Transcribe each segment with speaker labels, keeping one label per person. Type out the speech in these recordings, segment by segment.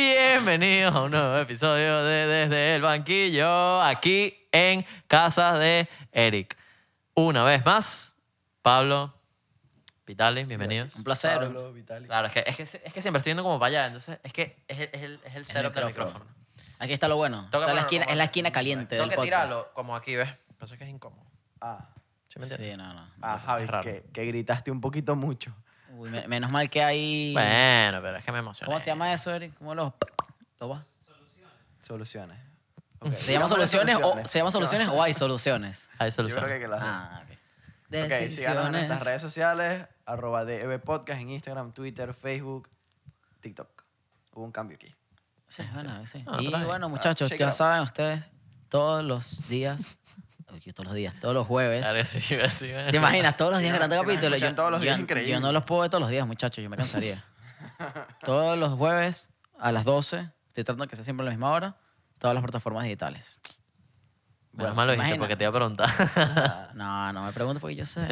Speaker 1: Bienvenidos a un nuevo episodio de Desde el Banquillo, aquí en casa de Eric. Una vez más, Pablo, Vitali, bienvenidos.
Speaker 2: Un placer.
Speaker 3: Pablo, Vitali.
Speaker 1: Claro, es que, es, que, es que siempre estoy yendo como para allá, entonces es que es, el- es el, es el cero del
Speaker 2: micrófono.
Speaker 1: micrófono.
Speaker 2: Aquí está lo bueno.
Speaker 1: Tengo que
Speaker 2: Está la
Speaker 1: ponerlo
Speaker 2: esquina,
Speaker 1: como-
Speaker 2: es la esquina caliente
Speaker 1: Tengo
Speaker 2: del
Speaker 1: que
Speaker 2: podcast.
Speaker 1: tirarlo como aquí, ¿ves? Por eso es que es incómodo.
Speaker 3: Ah,
Speaker 1: ¿Sí me entiendes?
Speaker 2: Sí, no, no.
Speaker 3: ah, Javi,
Speaker 1: raro.
Speaker 3: que, que gritaste un poquito mucho.
Speaker 2: Uy, me- menos mal que hay...
Speaker 1: Bueno, pero es que me emocioné.
Speaker 2: ¿Cómo se llama eso, Eric? ¿Cómo lo, lo va?
Speaker 3: Soluciones. Ok.
Speaker 2: ¿Se llama
Speaker 3: Digámosle
Speaker 2: soluciones, o, ¿Se llama soluciones o hay soluciones?
Speaker 1: Hay
Speaker 3: Yo
Speaker 1: solución.
Speaker 3: creo que, que las dos.
Speaker 2: Ah, ok.
Speaker 3: Ok, síganos en nuestras redes sociales, arroba DEB Podcast en Instagram, Twitter, Facebook, TikTok. Hubo un cambio aquí.
Speaker 2: Sí, bueno, sí.
Speaker 1: Ah,
Speaker 2: y
Speaker 1: está bien.
Speaker 2: bueno, muchachos,
Speaker 3: Ah, check it
Speaker 2: ya
Speaker 3: out.
Speaker 2: saben ustedes, todos los días, oye, todos los días, todos los jueves.
Speaker 1: Claro, sí, sí, sí, bueno.
Speaker 2: ¿Te imaginas? Todos los días
Speaker 3: Si nos-
Speaker 2: grandes
Speaker 3: si nos
Speaker 2: capítulos. Yo,
Speaker 3: escuchan todos los días,
Speaker 2: yo-
Speaker 3: increíble.
Speaker 2: yo no los puedo ver todos los días, muchachos. Yo me cansaría. todos los jueves a las 12. Estoy tratando de que sea siempre a la misma hora. Todas las plataformas digitales.
Speaker 1: Menos mal lo dijiste
Speaker 2: imagina.
Speaker 1: porque te iba a preguntar.
Speaker 3: Ah,
Speaker 2: No, no me pregunto porque yo sé.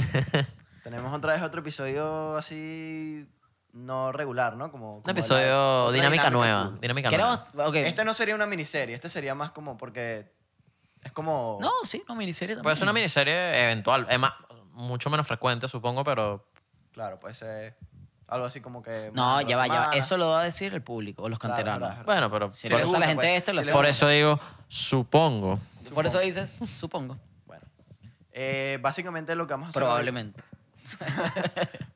Speaker 3: tenemos otra vez otro episodio así no regular, ¿no? Como,
Speaker 1: Un
Speaker 3: como la-
Speaker 1: episodio
Speaker 3: otra
Speaker 1: dinámica nueva.
Speaker 3: cool.
Speaker 1: Dinámica
Speaker 2: Queremos...
Speaker 1: nueva.
Speaker 2: ok.
Speaker 3: Este no sería una miniserie, este sería más como porque es como...
Speaker 2: No, sí, no, miniserie también.
Speaker 1: Pues es una miniserie eventual, es más, mucho menos frecuente, supongo, pero
Speaker 3: Claro, puede ser algo así como que...
Speaker 2: No,
Speaker 3: pues una
Speaker 2: ya va, ya va.
Speaker 3: semana.
Speaker 2: Eso lo va a decir el público o los
Speaker 3: Claro,
Speaker 2: canteranos.
Speaker 3: claro.
Speaker 1: bueno, pero
Speaker 2: Si
Speaker 1: por,
Speaker 2: le gusta a la gente
Speaker 3: pues,
Speaker 2: esto, lo
Speaker 3: si le
Speaker 2: hacemos.
Speaker 1: por eso digo, supongo.
Speaker 2: Por eso dices, supongo.
Speaker 3: Bueno. Eh, básicamente lo que vamos a hacer hoy-
Speaker 2: Probablemente.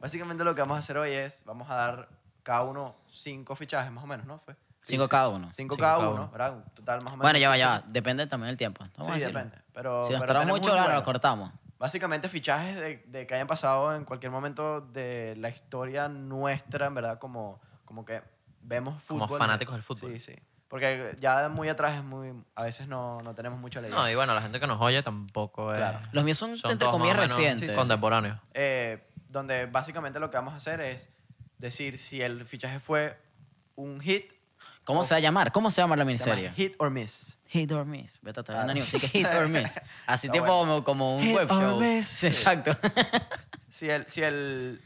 Speaker 3: básicamente lo que vamos a hacer hoy es, vamos a dar cada uno cinco fichajes más o menos, ¿no? Fue?
Speaker 2: Cinco cada uno.
Speaker 3: Cinco,
Speaker 1: Cinco
Speaker 3: cada,
Speaker 1: cada
Speaker 3: uno,
Speaker 1: uno.
Speaker 3: ¿verdad? Un total más o menos.
Speaker 2: Bueno, ya va, ya va.
Speaker 3: Sí,
Speaker 2: Depende también del tiempo. Vamos a
Speaker 3: Sí,
Speaker 2: decirlo.
Speaker 3: depende. Pero,
Speaker 2: Si nos
Speaker 3: pero
Speaker 2: tardamos
Speaker 3: tenemos
Speaker 2: mucho,
Speaker 3: uno
Speaker 2: ahora
Speaker 3: bueno.
Speaker 2: lo cortamos.
Speaker 3: Básicamente fichajes de, de que hayan pasado en cualquier momento de la historia nuestra, en verdad, como, como que vemos
Speaker 1: Como
Speaker 3: fútbol. eh,
Speaker 1: fanáticos del fútbol.
Speaker 3: Sí, sí. Porque ya muy atrás es muy... A veces no, no tenemos mucha la idea.
Speaker 1: No, y bueno, la gente que nos oye tampoco es...
Speaker 3: Claro.
Speaker 2: Los míos son, entre
Speaker 1: todos
Speaker 2: comillas,
Speaker 1: más o menos
Speaker 2: recientes.
Speaker 3: Sí, sí, sí.
Speaker 1: Contemporáneos.
Speaker 3: eh, donde básicamente lo que vamos a hacer es decir si el fichaje fue un hit,
Speaker 2: ¿Cómo se va a llamar? ¿Cómo se llama la
Speaker 3: se llama
Speaker 2: miniserie?
Speaker 3: hit or miss.
Speaker 2: Hit or Miss. Vete a traer un
Speaker 3: Claro.
Speaker 2: anime, así que Hit or Miss. Así
Speaker 3: Está
Speaker 2: tipo como, como un
Speaker 3: Hit
Speaker 2: web
Speaker 3: or
Speaker 2: show.
Speaker 3: miss.
Speaker 2: Sí, exacto.
Speaker 3: Si el, si el,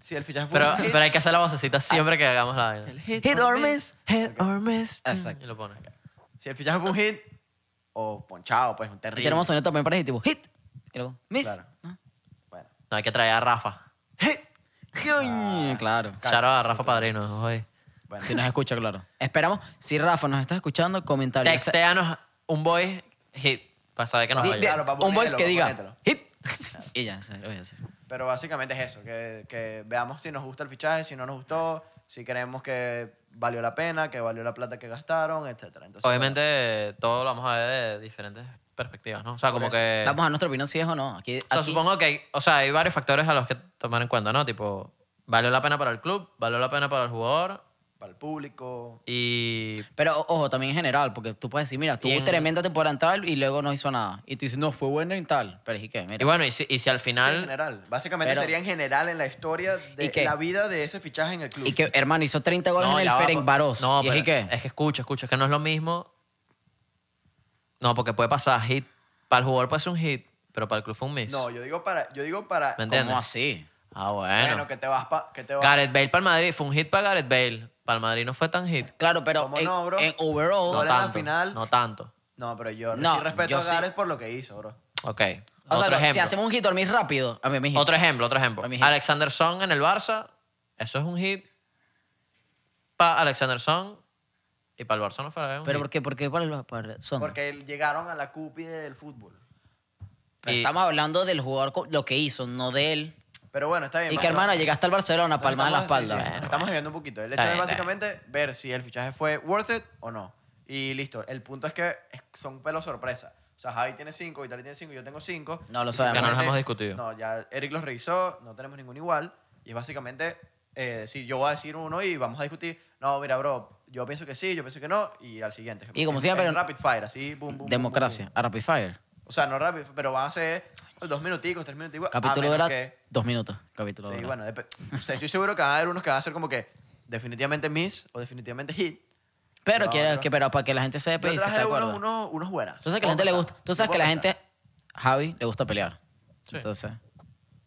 Speaker 3: si el fichaje fue
Speaker 1: Pero,
Speaker 3: un hit,
Speaker 1: pero
Speaker 2: eh,
Speaker 1: hay que hacer la
Speaker 2: ah,
Speaker 1: vocecita siempre que hagamos la vaina.
Speaker 3: el
Speaker 2: Hit or miss.
Speaker 1: Hit or miss.
Speaker 2: Exacto.
Speaker 1: Y lo pones.
Speaker 3: Si el fichaje fue un hit, o ponchado, pues un
Speaker 2: Y
Speaker 3: terrible.
Speaker 2: tenemos sonido también para ese tipo Hit. Y luego Miss.
Speaker 3: Claro.
Speaker 2: ¿No?
Speaker 3: Bueno,
Speaker 1: No, hay que traer a Rafa. Ah.
Speaker 2: Coño, Claro.
Speaker 1: Charo a Rafa Padrino. oye.
Speaker 3: bueno.
Speaker 2: Si nos escucha, claro. Esperamos. Si Rafa nos está escuchando, comentarios.
Speaker 1: Texteanos un voice hit para saber que nos
Speaker 3: Di-
Speaker 1: oye.
Speaker 3: di- Claro, para
Speaker 2: un voice
Speaker 3: ponerlo,
Speaker 2: que
Speaker 3: para
Speaker 2: diga
Speaker 3: ponerlo.
Speaker 2: Hit. Y ya, se lo voy a decir.
Speaker 3: Pero básicamente es eso, que, que veamos si nos gusta el fichaje, si no nos gustó, si creemos que valió la pena, que valió la plata que gastaron, etcétera. Entonces,
Speaker 1: Obviamente, todo lo vamos a ver de diferentes perspectivas, ¿no? O sea, como que...
Speaker 2: Damos a nuestra opinión si es o no. Aquí,
Speaker 1: O sea,
Speaker 2: aquí-
Speaker 1: supongo que hay, o sea, hay varios factores a los que tomar en cuenta, ¿no? Tipo, valió la pena para el club, valió la pena para el jugador
Speaker 3: bueno, para el público,
Speaker 1: y...
Speaker 2: Pero o- ojo, también en general, porque tú puedes decir, mira, tuvo
Speaker 1: en-
Speaker 2: tremenda temporada en tal y luego no hizo nada. Y tú dices, no, fue bueno en tal. Pero es que, mira.
Speaker 1: Y bueno, y si, y si al
Speaker 3: Sí,
Speaker 1: final...
Speaker 3: en general. Básicamente
Speaker 2: Pero-
Speaker 3: sería en general en la historia de
Speaker 2: ¿Y qué?
Speaker 3: la vida de ese fichaje en el club.
Speaker 2: Y que, hermano, hizo 30 goles en el
Speaker 1: ya va,
Speaker 3: pues.
Speaker 2: Ferencváros.
Speaker 1: No,
Speaker 2: ¿Y es
Speaker 1: pero
Speaker 2: y qué?
Speaker 1: es que escucha, escucha, es que no es lo mismo. No, porque puede pasar hit. Para el jugador puede ser un hit, pero para el club fue un miss.
Speaker 3: No, yo digo para, yo digo para.
Speaker 1: ¿Me entiendes?
Speaker 2: ¿Cómo así?
Speaker 1: Ah, bueno.
Speaker 3: Bueno, que te vas pa- que te vas.
Speaker 1: Gareth Bale para el Madrid fue un hit para Gareth Bale. Para el Madrid no fue tan hit.
Speaker 2: Claro, pero
Speaker 3: ¿Cómo
Speaker 2: en,
Speaker 3: no, bro?
Speaker 2: en
Speaker 1: No
Speaker 2: overall...
Speaker 3: Ahora en la
Speaker 1: tanto.
Speaker 3: final-
Speaker 1: No tanto.
Speaker 3: No, pero yo
Speaker 2: No,
Speaker 3: sí respeto
Speaker 2: yo
Speaker 3: a
Speaker 2: sí.
Speaker 3: Gareth por lo que hizo, bro.
Speaker 1: Ok.
Speaker 2: o sea,
Speaker 1: Otro
Speaker 2: lo- si
Speaker 1: ejemplo.
Speaker 2: hacemos un hit dormir rápido, a mí me hit.
Speaker 1: Otro ejemplo, otro ejemplo.
Speaker 2: Para mí es hit.
Speaker 1: Alexander Song en el Barça. Eso es un hit para Alexander Song. Y para el Barça no fue un
Speaker 2: Pero
Speaker 1: hit.
Speaker 2: ¿por qué? ¿Por qué? ¿Por el- por el- son?
Speaker 3: Porque llegaron a la cúpide del fútbol.
Speaker 2: Pero
Speaker 1: Y-
Speaker 2: Estamos hablando del jugador, co- lo que hizo, no de él.
Speaker 3: Pero bueno, está bien.
Speaker 2: Y
Speaker 3: va,
Speaker 2: que,
Speaker 3: no,
Speaker 2: hermano, llegaste al Barcelona,
Speaker 3: no,
Speaker 2: palmada en la
Speaker 3: estamos- sí,
Speaker 2: espalda.
Speaker 3: sí, Estamos viviendo un poquito. El hecho
Speaker 1: Está
Speaker 3: es
Speaker 1: bien, está
Speaker 3: básicamente ver si el fichaje fue worth it o no. Y listo. El punto es que es- son pelos sorpresa. O sea, Javi tiene cinco, Vitali tiene cinco, yo tengo cinco.
Speaker 2: No lo
Speaker 3: Y si
Speaker 2: sabemos.
Speaker 1: Ya no los
Speaker 3: fuese-
Speaker 1: hemos discutido.
Speaker 3: No, ya Eric los revisó, no tenemos ningún igual. Y es básicamente eh, decir, yo voy a decir uno y vamos a discutir. No, mira, bro, yo pienso que sí, yo pienso que no. Y al siguiente.
Speaker 2: Y como
Speaker 3: En-
Speaker 2: siempre-
Speaker 3: en Rapid fire, así, boom, boom, boom.
Speaker 2: Democracia,
Speaker 3: boom,
Speaker 2: a Rapid Fire.
Speaker 3: boom. O sea, no rápido, pero van a ser dos minuticos, tres minuticos. a
Speaker 2: Capítulo
Speaker 3: Ah, menos
Speaker 2: dura
Speaker 3: que-
Speaker 2: dos minutos. Capítulo
Speaker 3: Sí,
Speaker 2: dura.
Speaker 3: bueno, dep- o sea, estoy seguro que va a haber unos que van a ser como que definitivamente miss o definitivamente hit.
Speaker 2: Pero,
Speaker 3: No,
Speaker 2: quiero
Speaker 3: no.
Speaker 2: que, pero para que la gente sepa
Speaker 3: Yo
Speaker 2: y se está de
Speaker 3: traje unos,
Speaker 2: acuerdo.
Speaker 3: unos, unos buenas.
Speaker 2: Tú sabes que la gente le gusta. Tú sabes que la gente,
Speaker 3: Puedo
Speaker 2: Javi, le gusta pelear.
Speaker 1: Sí.
Speaker 2: Entonces,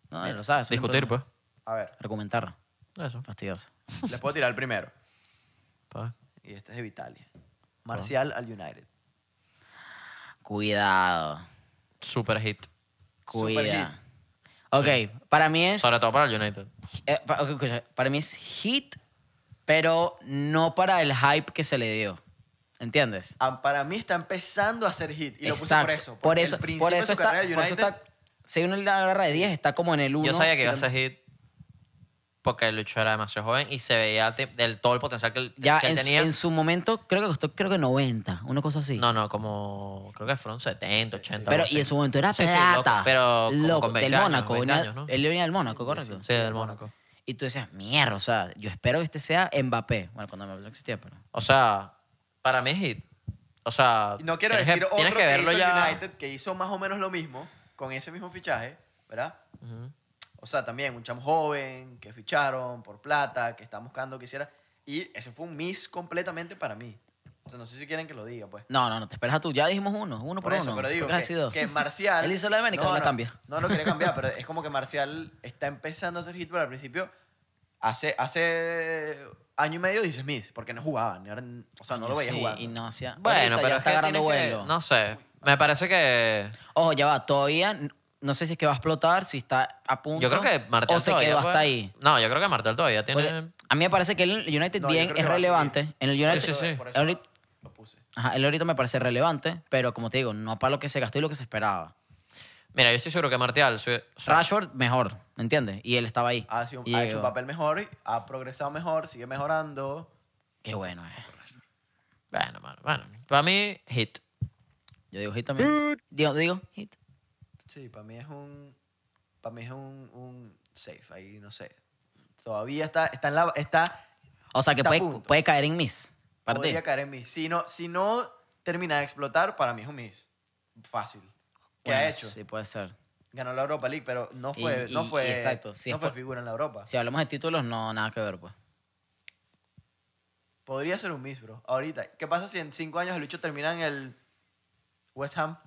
Speaker 2: no, él lo sabes.
Speaker 1: Discutir, pues.
Speaker 3: empezar. A ver,
Speaker 2: Argumentar.
Speaker 1: Eso. pues,
Speaker 2: Fastidioso.
Speaker 3: les puedo tirar el primero.
Speaker 1: pa' ver.
Speaker 3: y este es de Vitalia. Marcial al United.
Speaker 2: Cuidado.
Speaker 1: Super hit.
Speaker 2: Cuida. Ok, para mí es.
Speaker 1: Sobre todo para el United.
Speaker 2: eh, pa- ok, escucha, para mí es hit, pero no para el hype que se le dio. ¿Entiendes?
Speaker 3: Ah, Para mí está empezando a ser hit. Y lo puse por eso.
Speaker 2: Por
Speaker 3: porque
Speaker 2: eso,
Speaker 3: el principio
Speaker 2: por
Speaker 3: de
Speaker 2: eso
Speaker 3: su
Speaker 2: está,
Speaker 3: carrera el
Speaker 2: por eso
Speaker 3: United-
Speaker 2: está. Si hay una barra de 10, está como en el 1.
Speaker 1: Yo sabía que iba a ser hit porque el Lucho era demasiado joven y se veía te- del todo el potencial que él,
Speaker 2: Ya
Speaker 1: que él
Speaker 2: en, su-
Speaker 1: tenía.
Speaker 2: en su momento, creo que costó creo que 90, una cosa así.
Speaker 1: No, no, como creo que fueron 70, 80.
Speaker 2: pero,
Speaker 1: algo
Speaker 2: y en
Speaker 1: así.
Speaker 2: su momento era
Speaker 1: Sí, sí,
Speaker 2: plata.
Speaker 1: loco, pero como
Speaker 2: Loco,
Speaker 1: con 20
Speaker 2: del
Speaker 1: años,
Speaker 2: Mónaco.
Speaker 1: 20
Speaker 2: venía-
Speaker 1: años, ¿no?
Speaker 2: Él venía del Mónaco, correcto.
Speaker 1: Sí, del Mónaco.
Speaker 2: Y tú decías, mierda, o sea, yo espero que este sea Mbappé. Bueno, cuando Mbappé no existía, pero.
Speaker 1: O sea, para mí es hit. O sea,
Speaker 3: Y No quiero
Speaker 1: tienes
Speaker 3: decir
Speaker 1: que,
Speaker 3: otro
Speaker 1: tienes que verlo
Speaker 3: hizo el
Speaker 1: ya.
Speaker 3: United que hizo más o menos lo mismo con ese mismo fichaje, ¿verdad?
Speaker 1: Ujú.
Speaker 3: O sea, también un chamo joven que ficharon por plata, que está buscando que hiciera. Y ese fue un miss completamente para mí. O sea, no sé si quieren que lo diga, pues.
Speaker 2: No, no, no, te esperas a tú. Ya dijimos uno, uno por,
Speaker 3: Por eso,
Speaker 2: uno.
Speaker 3: pero
Speaker 2: ¿Por
Speaker 3: digo
Speaker 2: qué
Speaker 3: que,
Speaker 2: ha sido?
Speaker 3: que Marcial...
Speaker 2: Él hizo la de América, no la cambia.
Speaker 3: No lo quería cambiar, pero es como que Marcial está empezando a hacer hit, pero al principio hace, hace año y medio dices miss, porque no jugaba. ni era- o sea, no lo veía
Speaker 2: Sí,
Speaker 3: jugar.
Speaker 2: Y no hacía.
Speaker 1: Bueno,
Speaker 2: Ahorita
Speaker 1: pero
Speaker 2: ya
Speaker 1: es
Speaker 2: está
Speaker 1: que
Speaker 2: agarrando
Speaker 1: tienes que-
Speaker 2: vuelo.
Speaker 1: no sé. Me parece que.
Speaker 2: Ojo, ya va, todavía n- no sé si es que va a explotar, si está a punto.
Speaker 1: Yo creo que Martel
Speaker 2: O se
Speaker 1: todavía
Speaker 2: quedó
Speaker 1: puede-
Speaker 2: hasta ahí.
Speaker 1: No, yo creo que Martel todavía tiene.
Speaker 2: Porque a mí me parece que el United
Speaker 3: No, yo
Speaker 2: bien
Speaker 3: creo que
Speaker 2: es
Speaker 3: va a
Speaker 2: relevante.
Speaker 3: seguir.
Speaker 2: En el United,
Speaker 1: Sí, sí, sí.
Speaker 3: Por eso
Speaker 2: ahorita-
Speaker 3: lo puse.
Speaker 2: Ajá, el ahorita me parece relevante, pero como te digo, no para lo que se gastó y lo que se esperaba.
Speaker 1: Mira, yo estoy seguro que Martial. su- o sea,
Speaker 2: Rashford, mejor, ¿me entiendes? Y él estaba ahí.
Speaker 3: Ha, sido-
Speaker 2: Y
Speaker 3: ha
Speaker 2: llegó.
Speaker 3: hecho un papel mejor, ha progresado mejor, sigue mejorando.
Speaker 2: Qué bueno, eh.
Speaker 1: Bueno, mano, bueno. Para mí, hit.
Speaker 2: Yo digo hit también. Digo, digo hit.
Speaker 3: Sí, para mí es un. Para mí es un, un safe, ahí no sé. Todavía está, está en la. Está,
Speaker 2: O sea, que
Speaker 3: Está a
Speaker 2: puede,
Speaker 3: punto.
Speaker 2: puede caer en miss. Para ti.
Speaker 3: podría caer en miss. Si no, si no termina de explotar, para mí es un miss. Fácil. ¿Qué ha
Speaker 2: Bueno,
Speaker 3: hecho?
Speaker 2: Sí, puede ser.
Speaker 3: Ganó la Europa League, pero no fue.
Speaker 2: Y-
Speaker 3: no
Speaker 2: y-
Speaker 3: fue
Speaker 2: y exacto, sí,
Speaker 3: no
Speaker 2: es
Speaker 3: fue
Speaker 2: por-
Speaker 3: figura en la Europa.
Speaker 2: Si hablamos de títulos, no, nada que ver, pues.
Speaker 3: Podría ser un miss, bro. Ahorita. ¿Qué pasa si en cinco años el Lucho termina en el West Ham?